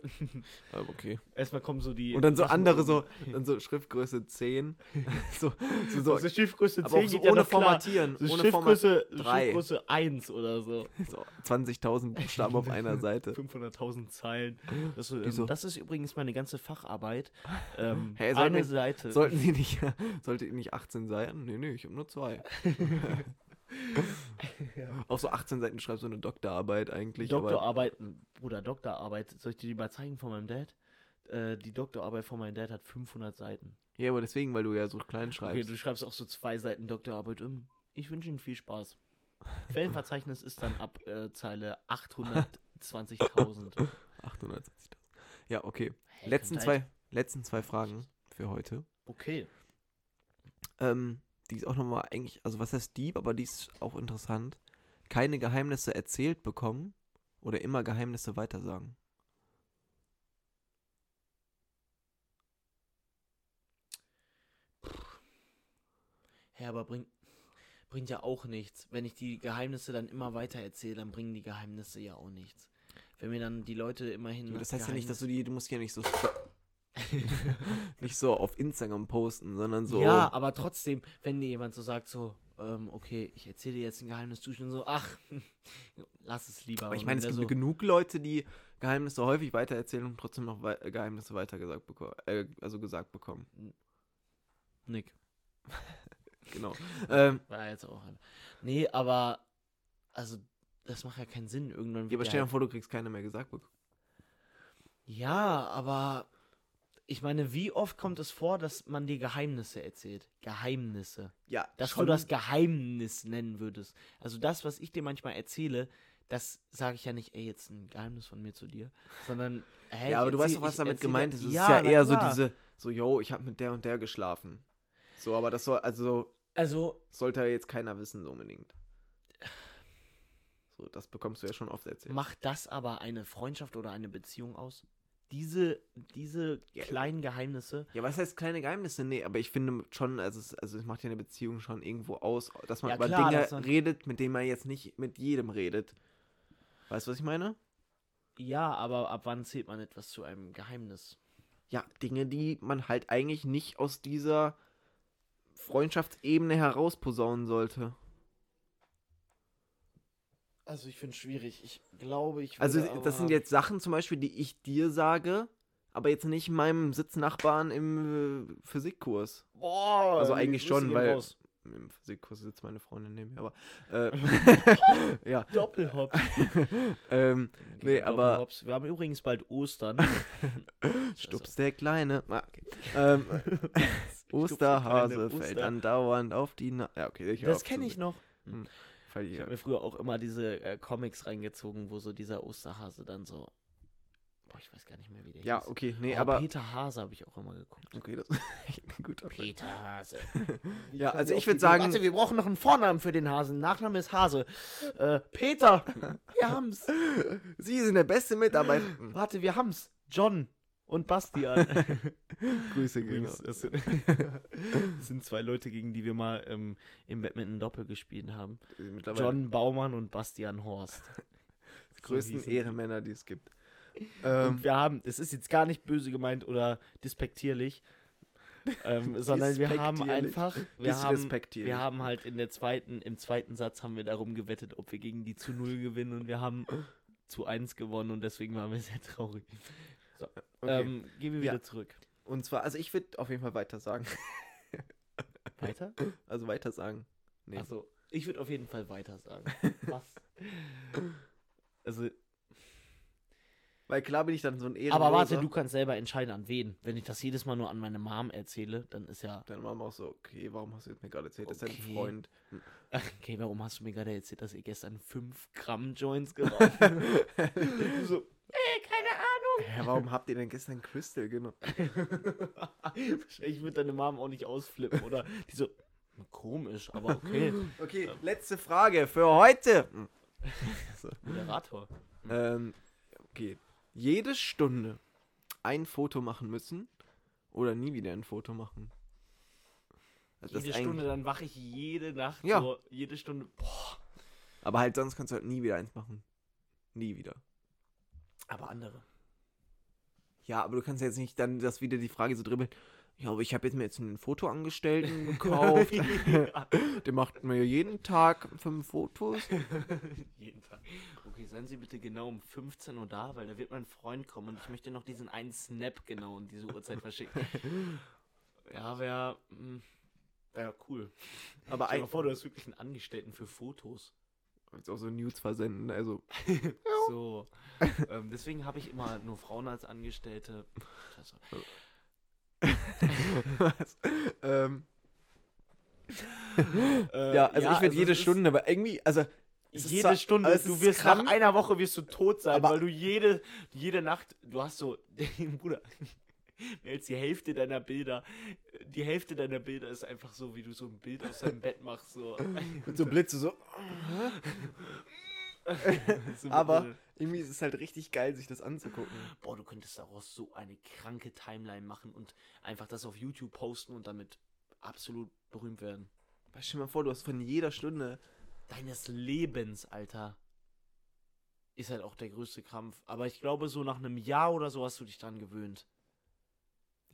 A: Ah, okay.
B: Erstmal kommen so die.
A: Und dann so
B: erstmal-
A: andere so, dann so Schriftgröße 10. so, so, so,
B: Also Schriftgröße 10
A: aber auch so
B: geht ja
A: ohne
B: noch klar.
A: Formatieren.
B: So
A: ohne Formatieren.
B: Schriftgröße,
A: drei.
B: Schriftgröße 1 oder so.
A: So 20.000 Buchstaben auf einer Seite.
B: 500.000 Zeilen. Das, so, ähm,
A: Wieso?
B: das ist übrigens meine ganze Facharbeit. Ähm,
A: Hey, sollten
B: eine
A: wir-
B: Seite.
A: Sollten die nicht, sollte die nicht 18 Seiten? Nee, nee, ich habe nur zwei. Auf so 18 Seiten schreibst du eine Doktorarbeit eigentlich. aber
B: Doktorarbeit, Bruder, Doktorarbeit. Soll ich dir die mal zeigen von meinem Dad? Äh, die Doktorarbeit von meinem Dad hat 500 Seiten.
A: Ja, aber deswegen, weil du ja so klein
B: Okay,
A: schreibst.
B: du schreibst auch so zwei Seiten Doktorarbeit um. Ich wünsche Ihnen viel Spaß. Quellenverzeichnis ist dann ab äh, Zeile 820.000.
A: 860.000. Ja, okay.
B: Hey,
A: Letzten
B: kommt
A: zwei,
B: halt-
A: letzten zwei Fragen für heute.
B: Okay.
A: Ähm, die ist auch nochmal eigentlich, also was heißt Dieb, aber die ist auch interessant. Keine Geheimnisse erzählt bekommen oder immer Geheimnisse weitersagen.
B: Ja, aber bringt bringt ja auch nichts. Wenn ich die Geheimnisse dann immer weiter erzähle, dann bringen die Geheimnisse ja auch nichts. Wenn mir dann die Leute immerhin.
A: Das heißt ja nicht, dass du die, du musst ja nicht so nicht so auf Instagram posten, sondern so.
B: Ja, aber trotzdem, wenn dir jemand so sagt, so, ähm, okay, ich erzähle dir jetzt ein Geheimnis, du schon so, ach, lass es lieber.
A: Aber ich
B: Und
A: meine, es
B: wenn
A: gibt
B: der
A: genug Leute, die Geheimnisse häufig weitererzählen und trotzdem noch wei äh, Geheimnisse weitergesagt bekommen, äh, also gesagt bekommen.
B: so, Nick.
A: Genau. ähm,
B: War jetzt auch. ein- Nee, aber, also, das macht ja keinen Sinn irgendwann.
A: ja, aber
B: wird
A: stell dir
B: ja,
A: mal vor, du kriegst keine mehr gesagt bekommen.
B: ja, aber, ich meine, wie oft kommt es vor, dass man dir Geheimnisse erzählt? Geheimnisse.
A: Ja,
B: Dass du das Geheimnis nennen würdest. Also das, was ich dir manchmal erzähle, das sage ich ja nicht, ey, jetzt ein Geheimnis von mir zu dir, sondern, hä,
A: Ja, aber
B: ich
A: du weißt
B: erzähl-
A: doch, was
B: ich
A: damit
B: erzähl
A: gemeint
B: dir-
A: ist. Es ist ja
B: na
A: eher
B: klar.
A: so diese, so, yo, ich habe mit der und der geschlafen. So, aber das soll, also
B: Also,
A: sollte ja jetzt keiner wissen so unbedingt. So, das bekommst du ja schon oft erzählt.
B: macht das aber eine Freundschaft oder eine Beziehung aus? Diese, diese
A: Ja.
B: kleinen Geheimnisse.
A: Ja, was heißt kleine Geheimnisse? Nee, aber ich finde schon, also es, also es macht ja eine Beziehung schon irgendwo aus, dass man
B: Ja,
A: über
B: klar, dass
A: Dinge
B: man-
A: redet, mit denen man jetzt nicht mit jedem redet. Weißt du, was ich meine?
B: Ja, aber ab wann zählt man etwas zu einem Geheimnis?
A: Ja, Dinge, die man halt eigentlich nicht aus dieser Freundschaftsebene herausposaunen sollte.
B: Also ich finde es schwierig. Ich glaube, ich
A: Also das sind jetzt Sachen zum Beispiel, die ich dir sage, aber jetzt nicht meinem Sitznachbarn im äh, Physikkurs.
B: Boah,
A: Also
B: liebe
A: eigentlich
B: Grüße
A: schon,
B: gehen
A: weil
B: raus.
A: im Physikkurs sitzt meine Freundin neben mir, aber äh, ja.
B: Doppelhops.
A: ähm, nee, aber
B: Doppelhops. Wir haben übrigens bald Ostern.
A: Stups
B: Also.
A: der Kleine. Ah, okay. ähm, Osterhase
B: Oster-
A: fällt andauernd auf die Na Ja, okay, ich hör
B: Das
A: auf
B: kenne
A: zu-
B: ich noch.
A: Fall
B: Ich
A: hier.
B: habe mir früher auch immer diese äh, Comics reingezogen, wo so dieser Osterhase dann so. Boah, ich weiß gar nicht mehr, wie der
A: Ja,
B: hieß.
A: okay, nee,
B: Oh,
A: aber.
B: Peter Hase habe ich auch immer geguckt.
A: Okay, das ist echt ein guter Film.
C: Peter Hase.
A: Ja, also ich
B: Auf
A: würde
B: die-
A: sagen,
B: Warte, wir brauchen noch einen Vornamen für den Hasen. Nachname ist Hase. Äh, Peter. Wir haben's.
A: Sie sind der beste Mitarbeiter. Hm,
B: Warte, wir haben's. John und
A: Genau.
B: Bastian.
A: Grüße
B: Übrigens,
A: genau.
B: das sind, das sind zwei Leute, gegen die wir mal ähm, im Badminton Doppel gespielt haben.
A: Mittlerweile
B: John Baumann und Bastian Horst.
A: die größten
B: hießen die.
A: Ehrenmänner, die es gibt.
B: Und
A: Ähm,
B: wir haben, es ist jetzt gar nicht böse gemeint oder despektierlich, ähm, sondern wir haben
A: Despektierlich.
B: einfach, wir haben,
A: Disrespektierlich.
B: wir haben halt in der zweiten, im zweiten Satz haben wir darum gewettet, ob wir gegen die zu null gewinnen und wir haben zu eins gewonnen und deswegen waren wir sehr traurig.
A: okay.
B: Ähm, gehen wir
A: Ja.
B: wieder zurück.
A: Und zwar, also ich würde auf jeden Fall weiter sagen.
B: Weiter?
A: Also weiter sagen. Nee.
B: Also, ich würde auf jeden Fall weiter sagen. Was? Also,
A: Weil klar bin ich dann so ein Ehrenloser.
B: aber warte, du kannst selber entscheiden, an wen. Wenn ich das jedes Mal nur an meine Mom erzähle, dann ist ja.
A: Dann waren wir auch so, okay, warum hast du jetzt mir gerade erzählt, das ist
B: Okay.
A: dein Freund.
B: Ach, Okay, warum hast du mir gerade erzählt, dass ihr gestern 5 Gramm Joints geraucht habt? so,
C: Äh, keine Ahnung.
A: Hä, warum habt ihr denn gestern Crystal genommen?
B: Wahrscheinlich wird deine Mom auch nicht ausflippen, oder? Die so, komisch, aber okay.
A: Okay,
B: Ähm.
A: letzte Frage für heute.
B: Moderator.
A: Ähm, okay, jede Stunde ein Foto machen müssen oder nie wieder ein Foto machen. Also das
B: jede
A: ist eigentlich-
B: Stunde, dann wache ich jede Nacht
A: Ja.
B: so, jede Stunde. Boah.
A: Aber halt, sonst kannst du halt nie wieder eins machen. Nie wieder.
B: Aber andere.
A: Ja, aber du kannst jetzt nicht dann das wieder die Frage so dribbeln. Ja, aber ich habe jetzt mir jetzt einen Fotoangestellten gekauft.
B: Ja.
A: Der macht mir jeden Tag fünf Fotos.
B: Jeden Tag. Okay, seien Sie bitte genau um 15 Uhr da, weil da wird mein Freund kommen und ich möchte noch diesen einen Snap genau um diese Uhrzeit verschicken. ja, wäre wär cool.
A: Aber
B: Stell dir mal
A: eigentlich
B: vor, du hast wirklich einen Angestellten für Fotos.
A: jetzt auch so News versenden. Also,
B: So. ähm, deswegen habe ich immer nur Frauen als Angestellte. Scheiße.
A: was? Ähm,
B: Äh,
A: ja, also ich würde
B: es
A: jede
B: ist-
A: Stunde, aber irgendwie, also es ist
B: Jede
A: zwar-
B: Stunde,
A: aber es
B: du
A: ist
B: wirst
A: krank.
B: nach einer Woche wirst du tot sein,
A: Aber-
B: weil du jede, jede Nacht, du hast so, Bruder, mehr als die Hälfte deiner Bilder, die Hälfte deiner Bilder ist einfach so, wie du so ein Bild aus deinem Bett machst, so.
A: mit so Blitze so.
B: So mit
A: Aber
B: so-
A: irgendwie ist es halt richtig geil, sich das anzugucken.
B: boah, du könntest daraus so eine kranke Timeline machen und einfach das auf YouTube posten und damit absolut berühmt werden.
A: Aber stell dir mal vor, du hast von jeder Stunde.
B: deines Lebens, Alter. Ist halt auch der größte Krampf. Aber ich glaube, so nach einem Jahr oder so hast du dich dran gewöhnt.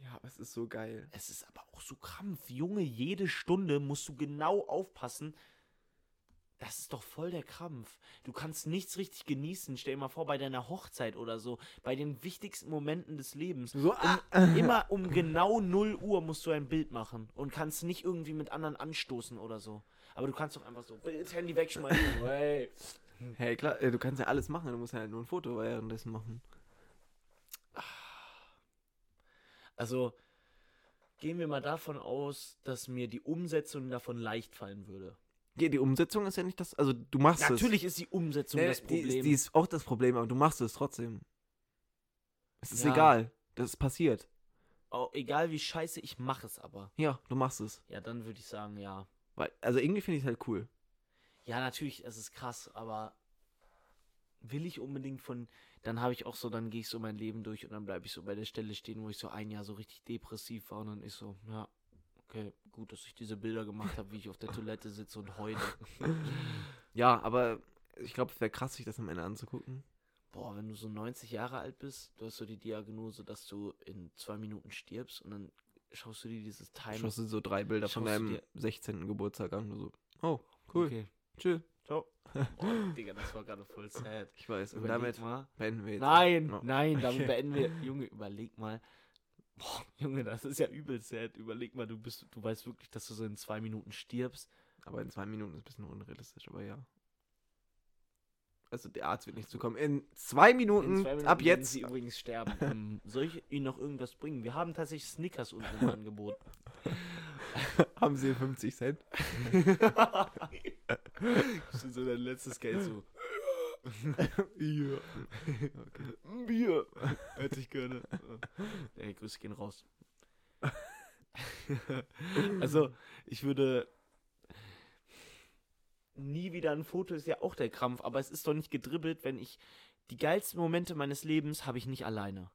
A: Ja, aber es ist so geil.
B: Es ist aber auch so Krampf. Junge, jede Stunde musst du genau aufpassen. Das ist doch voll der Krampf. Du kannst nichts richtig genießen. Stell dir mal vor, bei deiner Hochzeit oder so, bei den wichtigsten Momenten des Lebens.
A: So, ah,
B: Immer um genau 0 Uhr musst du ein Bild machen und kannst nicht irgendwie mit anderen anstoßen oder so. Aber du kannst doch einfach so, das Handy wegschmeißen. Hey.
A: Hey, klar, äh, du kannst ja alles machen, du musst ja halt nur ein Foto währenddessen machen.
B: Also gehen wir mal davon aus, dass mir die Umsetzung davon leicht fallen würde.
A: Ja, die Umsetzung ist ja nicht das. Also, du machst es.
B: Natürlich
A: um
B: ist die Umsetzung
A: Nee,
B: das Problem.
A: Die, ist- die ist auch das Problem, aber du machst es trotzdem. Es ist
B: Ja.
A: egal. Das ist passiert.
B: oh, egal wie scheiße, ich mache es aber.
A: Ja, du machst es.
B: Ja, dann würde ich sagen, ja.
A: Weil, also, irgendwie finde ich es halt cool.
B: Ja, natürlich, es ist krass, aber will ich unbedingt von. Dann habe ich auch so, dann gehe ich so mein Leben durch und dann bleibe ich so bei der Stelle stehen, wo ich so ein Jahr so richtig depressiv war und dann ist so, ja, okay, gut, dass ich diese Bilder gemacht habe, wie ich auf der Toilette sitze und heule.
A: Ja, aber ich glaube, es wäre krass, sich das am Ende anzugucken.
B: Boah, wenn du so 90 Jahre alt bist, du hast so die Diagnose, dass du in zwei Minuten stirbst und dann schaust du dir dieses Time.
A: Schaust du so drei Bilder von
B: Schaust du
A: deinem
B: dir-
A: 16. Geburtstag an und so. Oh, cool.
B: Okay.
A: Tschüss.
B: Ciao. Boah, Digga, das war gerade voll sad.
A: Ich weiß. Und
B: Überleg
A: damit
B: mal.
A: beenden wir jetzt.
B: Nein,
A: Ja.
B: nein, damit
A: Okay.
B: beenden wir. Junge, überleg mal. Boah, Junge, das ist ja übel sad. Überleg mal, du bist, du weißt wirklich, dass du so in zwei Minuten stirbst.
A: Aber in zwei Minuten ist ein bisschen unrealistisch, aber ja. Also der Arzt wird nicht zukommen. In zwei Minuten,
B: In zwei Minuten
A: ab
B: werden
A: jetzt.
B: Sie übrigens sterben. Ähm, soll ich Ihnen noch irgendwas bringen? Wir haben tatsächlich Snickers unten im Angebot.
A: Haben sie 50 Cent?
B: Schon so dein letztes Geld so.
A: ja.
B: Ein Bier. Hätte ich gerne. Ey, Grüße gehen raus. also, ich würde. Nie wieder ein Foto ist ja auch der Krampf, aber es ist doch nicht gedribbelt, wenn ich. Die geilsten Momente meines Lebens habe ich nicht alleine.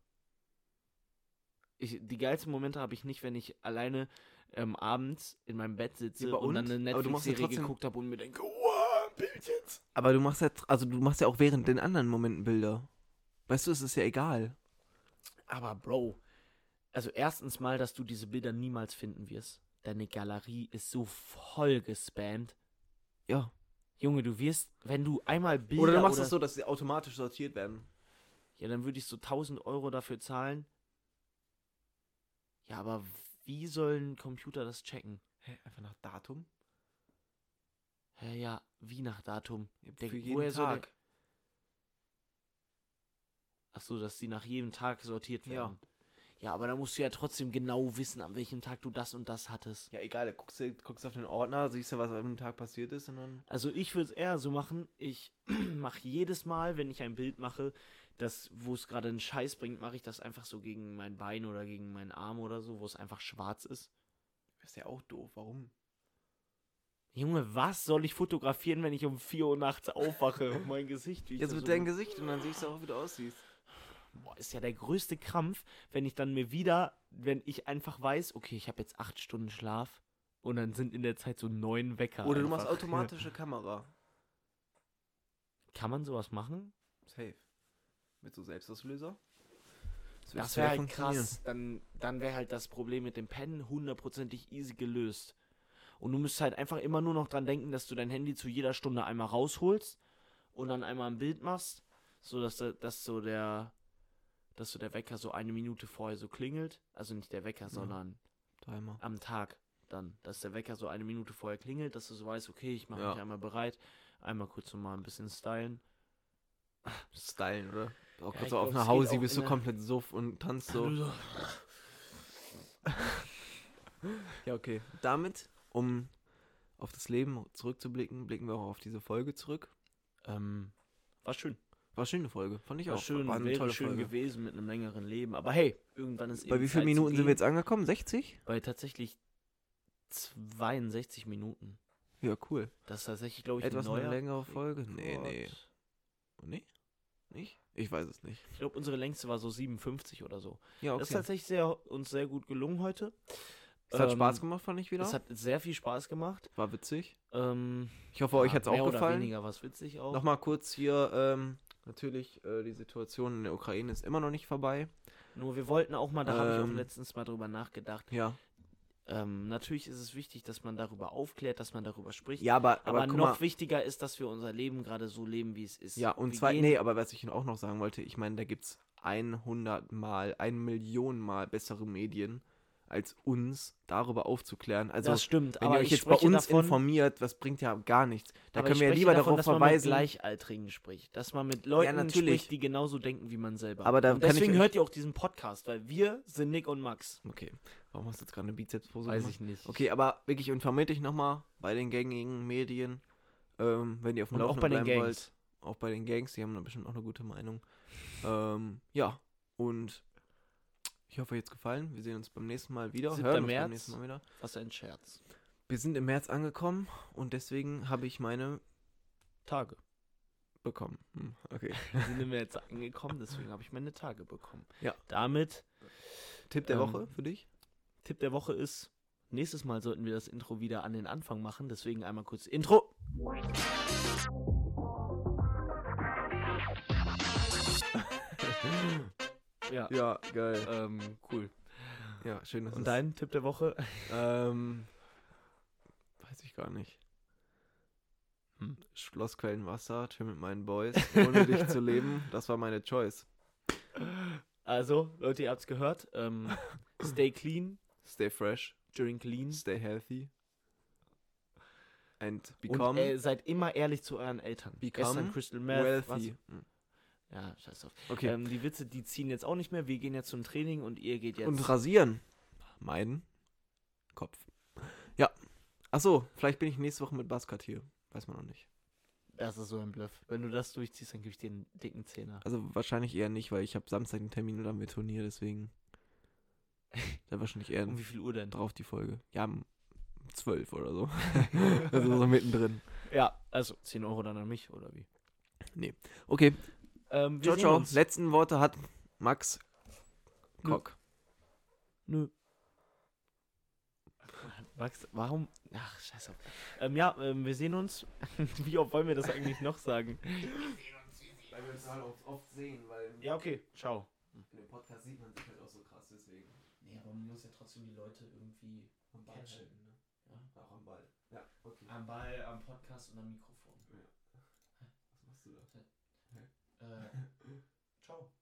B: Ich, die geilsten Momente habe ich nicht, wenn ich alleine ähm, abends in meinem Bett sitze
A: Ja, aber
B: und dann
A: und?
B: eine
A: Aber du machst ja
B: Netflix-Serie
A: trotzdem-
B: geguckt habe und mir denke, wow, ein Bild jetzt.
A: Aber du machst ja, tr- also du machst ja auch während den anderen Momenten Bilder. Weißt du, es ist ja egal.
B: Aber Bro, also erstens mal, dass du diese Bilder niemals finden wirst. Deine Galerie ist so voll gespammt.
A: Ja.
B: Junge, du wirst, wenn du einmal Bilder
A: Oder du machst es so, dass sie automatisch sortiert werden.
B: Ja, dann würde ich so 1000 Euro dafür zahlen. Ja, aber wie soll ein Computer das checken?
A: Hä, einfach nach Datum?
B: Hä, ja, wie nach Datum?
A: Für
B: Der-
A: jeden
B: woher soll der-
A: Tag.
B: Ach so, dass die nach jedem Tag sortiert
A: Ja.
B: werden. Ja, aber da musst du ja trotzdem genau wissen, an welchem Tag du das und das hattest.
A: Ja, egal, da guckst du guckst auf den Ordner, siehst du, was am Tag passiert ist und dann.
B: Also ich würde es eher so machen, ich mache jedes Mal, wenn ich ein Bild mache, das, wo es gerade einen Scheiß bringt, mache ich das einfach so gegen mein Bein oder gegen meinen Arm oder so, wo es einfach schwarz ist.
A: Ist ja auch doof, warum?
B: Junge, was soll ich fotografieren, wenn ich um 4 Uhr nachts aufwache? Mein Gesicht. Wie ich
A: Jetzt
B: da
A: mit
B: so
A: deinem Gesicht und dann siehst du auch, wie du aussiehst.
B: boah, ist ja der größte Krampf, wenn ich dann mir wieder, wenn ich einfach weiß, okay, ich habe jetzt acht Stunden Schlaf und dann sind in der Zeit so neun Wecker.
A: Oder du
B: einfach.
A: machst automatische Kamera.
B: Kann man sowas machen?
A: Safe. Mit so Selbstauslöser. wird
B: Das
A: safe
B: wäre halt
A: funktionieren.
B: krass. Dann, dann wäre halt das Problem mit dem Pennen hundertprozentig easy gelöst. Und du müsstest halt einfach immer nur noch dran denken, dass du dein Handy zu jeder Stunde einmal rausholst und dann einmal ein Bild machst, sodass da- dass so der, dass so der Wecker so eine Minute vorher so klingelt. Also nicht der Wecker, sondern
A: Timer.
B: am Tag dann, dass der Wecker so eine Minute vorher klingelt, dass du so weißt, okay, ich mache
A: Ja.
B: mich einmal bereit, einmal kurz noch mal ein bisschen stylen.
A: Stylen, oder? Auch
B: Ja,
A: kurz
B: ich
A: so
B: glaub,
A: auf einer
B: es geht
A: Hausi
B: auch
A: bist du
B: in der-
A: komplett suff und tanzt so. Ja, okay. Damit, um auf das Leben zurückzublicken, blicken wir auch auf diese Folge zurück.
B: Ähm, war schön.
A: War eine schöne Folge, fand ich
B: War
A: auch.
B: schön,
A: war
B: wäre schön
A: Folge.
B: gewesen mit einem längeren Leben. Aber hey, irgendwann ist
A: Bei
B: eben
A: wie vielen
B: Zeit zu
A: Minuten sind
B: gehen.
A: wir jetzt angekommen? 60?
B: Bei tatsächlich 62 Minuten.
A: Ja, cool.
B: Das ist tatsächlich, glaube ich, Oh
A: Etwas
B: ein neuer
A: eine längere Folge? Nee, nee. Oh,
B: Rekord.
A: Nee? Nicht? Ich weiß es nicht.
B: Ich glaube, unsere längste war so 57 oder so.
A: Ja, okay.
B: Das ist tatsächlich sehr, uns sehr gut gelungen heute.
A: es hat
B: ähm,
A: Spaß gemacht, fand ich wieder.
B: Es hat sehr viel Spaß gemacht.
A: war witzig.
B: Ähm,
A: Ich hoffe, euch
B: ja,
A: hat es
B: mehr
A: auch
B: Oder
A: gefallen.
B: weniger was witzig auch.
A: Nochmal kurz hier, ähm, natürlich, äh, die Situation in der Ukraine ist immer noch nicht vorbei.
B: Nur wir wollten auch mal, da habe ich
A: Ähm,
B: auch letztens mal drüber nachgedacht.
A: Ja.
B: Ähm, natürlich ist es wichtig, dass man darüber aufklärt, dass man darüber spricht.
A: Ja, aber, aber,
B: Aber,
A: guck mal,
B: noch wichtiger ist, dass wir unser Leben gerade so leben, wie es ist.
A: Ja, und
B: wir
A: zwei,
B: gehen-
A: nee, aber was ich Ihnen auch noch sagen wollte, ich meine, da gibt es 100 Mal, 1 Million Mal bessere Medien, als uns darüber aufzuklären. Also,
B: das stimmt.
A: wenn
B: aber
A: ihr euch
B: ich
A: jetzt bei
B: spreche
A: uns
B: davon,
A: informiert, was bringt ja gar nichts. Da
B: aber
A: können
B: ich
A: wir ja
B: spreche
A: lieber
B: davon,
A: darauf
B: dass man mit
A: verweisen.
B: Gleichaltrigen spricht, dass man mit Leuten
A: natürlich.
B: spricht, die genauso denken wie man selber.
A: Aber da
B: und
A: kann ich
B: deswegen
A: euch-
B: hört ihr auch diesen Podcast, weil wir sind Nick und Max.
A: Okay, warum hast du jetzt gerade eine Bizepspose
B: Weiß
A: gemacht?
B: ich nicht.
A: Okay, aber wirklich informiert dich nochmal bei den gängigen Medien, ähm, wenn ihr auf dem
B: und auch
A: Laufenden
B: bei den
A: bleiben
B: Gangs.
A: wollt. auch bei den Gangs, die haben da bestimmt auch eine gute Meinung. Ähm, ja, und ich hoffe, euch hat's gefallen. Wir sehen uns beim nächsten Mal wieder.
B: 7.
A: Hören uns
B: März.
A: beim nächsten Mal wieder.
B: Was ein Scherz.
A: Wir sind im März angekommen und deswegen habe ich meine
B: Tage.
A: bekommen. Hm, okay.
B: Wir sind mir jetzt angekommen, deswegen habe ich meine Tage bekommen.
A: Ja.
B: Damit,
A: Tipp der
B: Ähm,
A: Woche für dich?
B: Tipp der Woche ist, nächstes Mal sollten wir das Intro wieder an den Anfang machen, deswegen einmal kurz Intro. Ja.
A: Ja, geil.
B: Ähm, cool.
A: Ja, schön, dass
B: Und
A: es-
B: dein Tipp der Woche?
A: Ähm, weiß ich gar nicht.
B: Hm.
A: Schlossquellenwasser, chill mit meinen Boys, ohne dich zu leben. Das war meine Choice.
B: Also, Leute, ihr habt's gehört. Ähm, stay clean,
A: Stay fresh,
B: drink lean.
A: stay healthy. And
B: Und
A: become.
B: äh, seid immer ehrlich zu euren Eltern.
A: Become
B: Gestern Crystal Meth.
A: Wealthy. Mm.
B: Was? Ja, scheiß drauf.
A: Okay.
B: Ähm, die Witze, die ziehen jetzt auch nicht mehr. Wir gehen jetzt zum Training und ihr geht jetzt.
A: Und rasieren. Meinen Kopf. Ja. Achso, vielleicht bin ich nächste Woche mit Baskat hier. Weiß man noch nicht.
B: das ist so ein Bluff. Wenn du das durchziehst, dann gebe ich dir einen dicken Zehner.
A: Also wahrscheinlich eher nicht, weil ich habe Samstag einen Termin oder wir Turnier, deswegen. Da wahrscheinlich eher
B: Um wie viel Uhr denn?
A: drauf die Folge. Ja, um zwölf oder so. also so mittendrin.
B: Ja, also 10 Euro dann an mich oder wie?
A: Okay,
B: Ähm, wir
A: ciao,
B: sehen
A: ciao.
B: uns.
A: Letzten Worte hat Max
B: Nö.
A: Kock.
B: Nö. Max, warum? Ach, scheiße. Ähm, ja, ähm, wir sehen uns. Wie oft wollen wir das eigentlich noch sagen?
A: Weil wir uns halt oft, oft sehen, weil
B: Ja, okay. Ciao.
A: in dem Podcast sieht man sich halt auch so krass, deswegen.
B: Nee, aber man muss ja trotzdem die Leute irgendwie
A: Am
B: Ball Catchen. halten,
A: ne?
B: Ja.
A: Auch am Ball. Ja, okay.
B: am Ball, am Podcast und am Mikrofon.
A: Was machst du da?
B: Äh, ciao.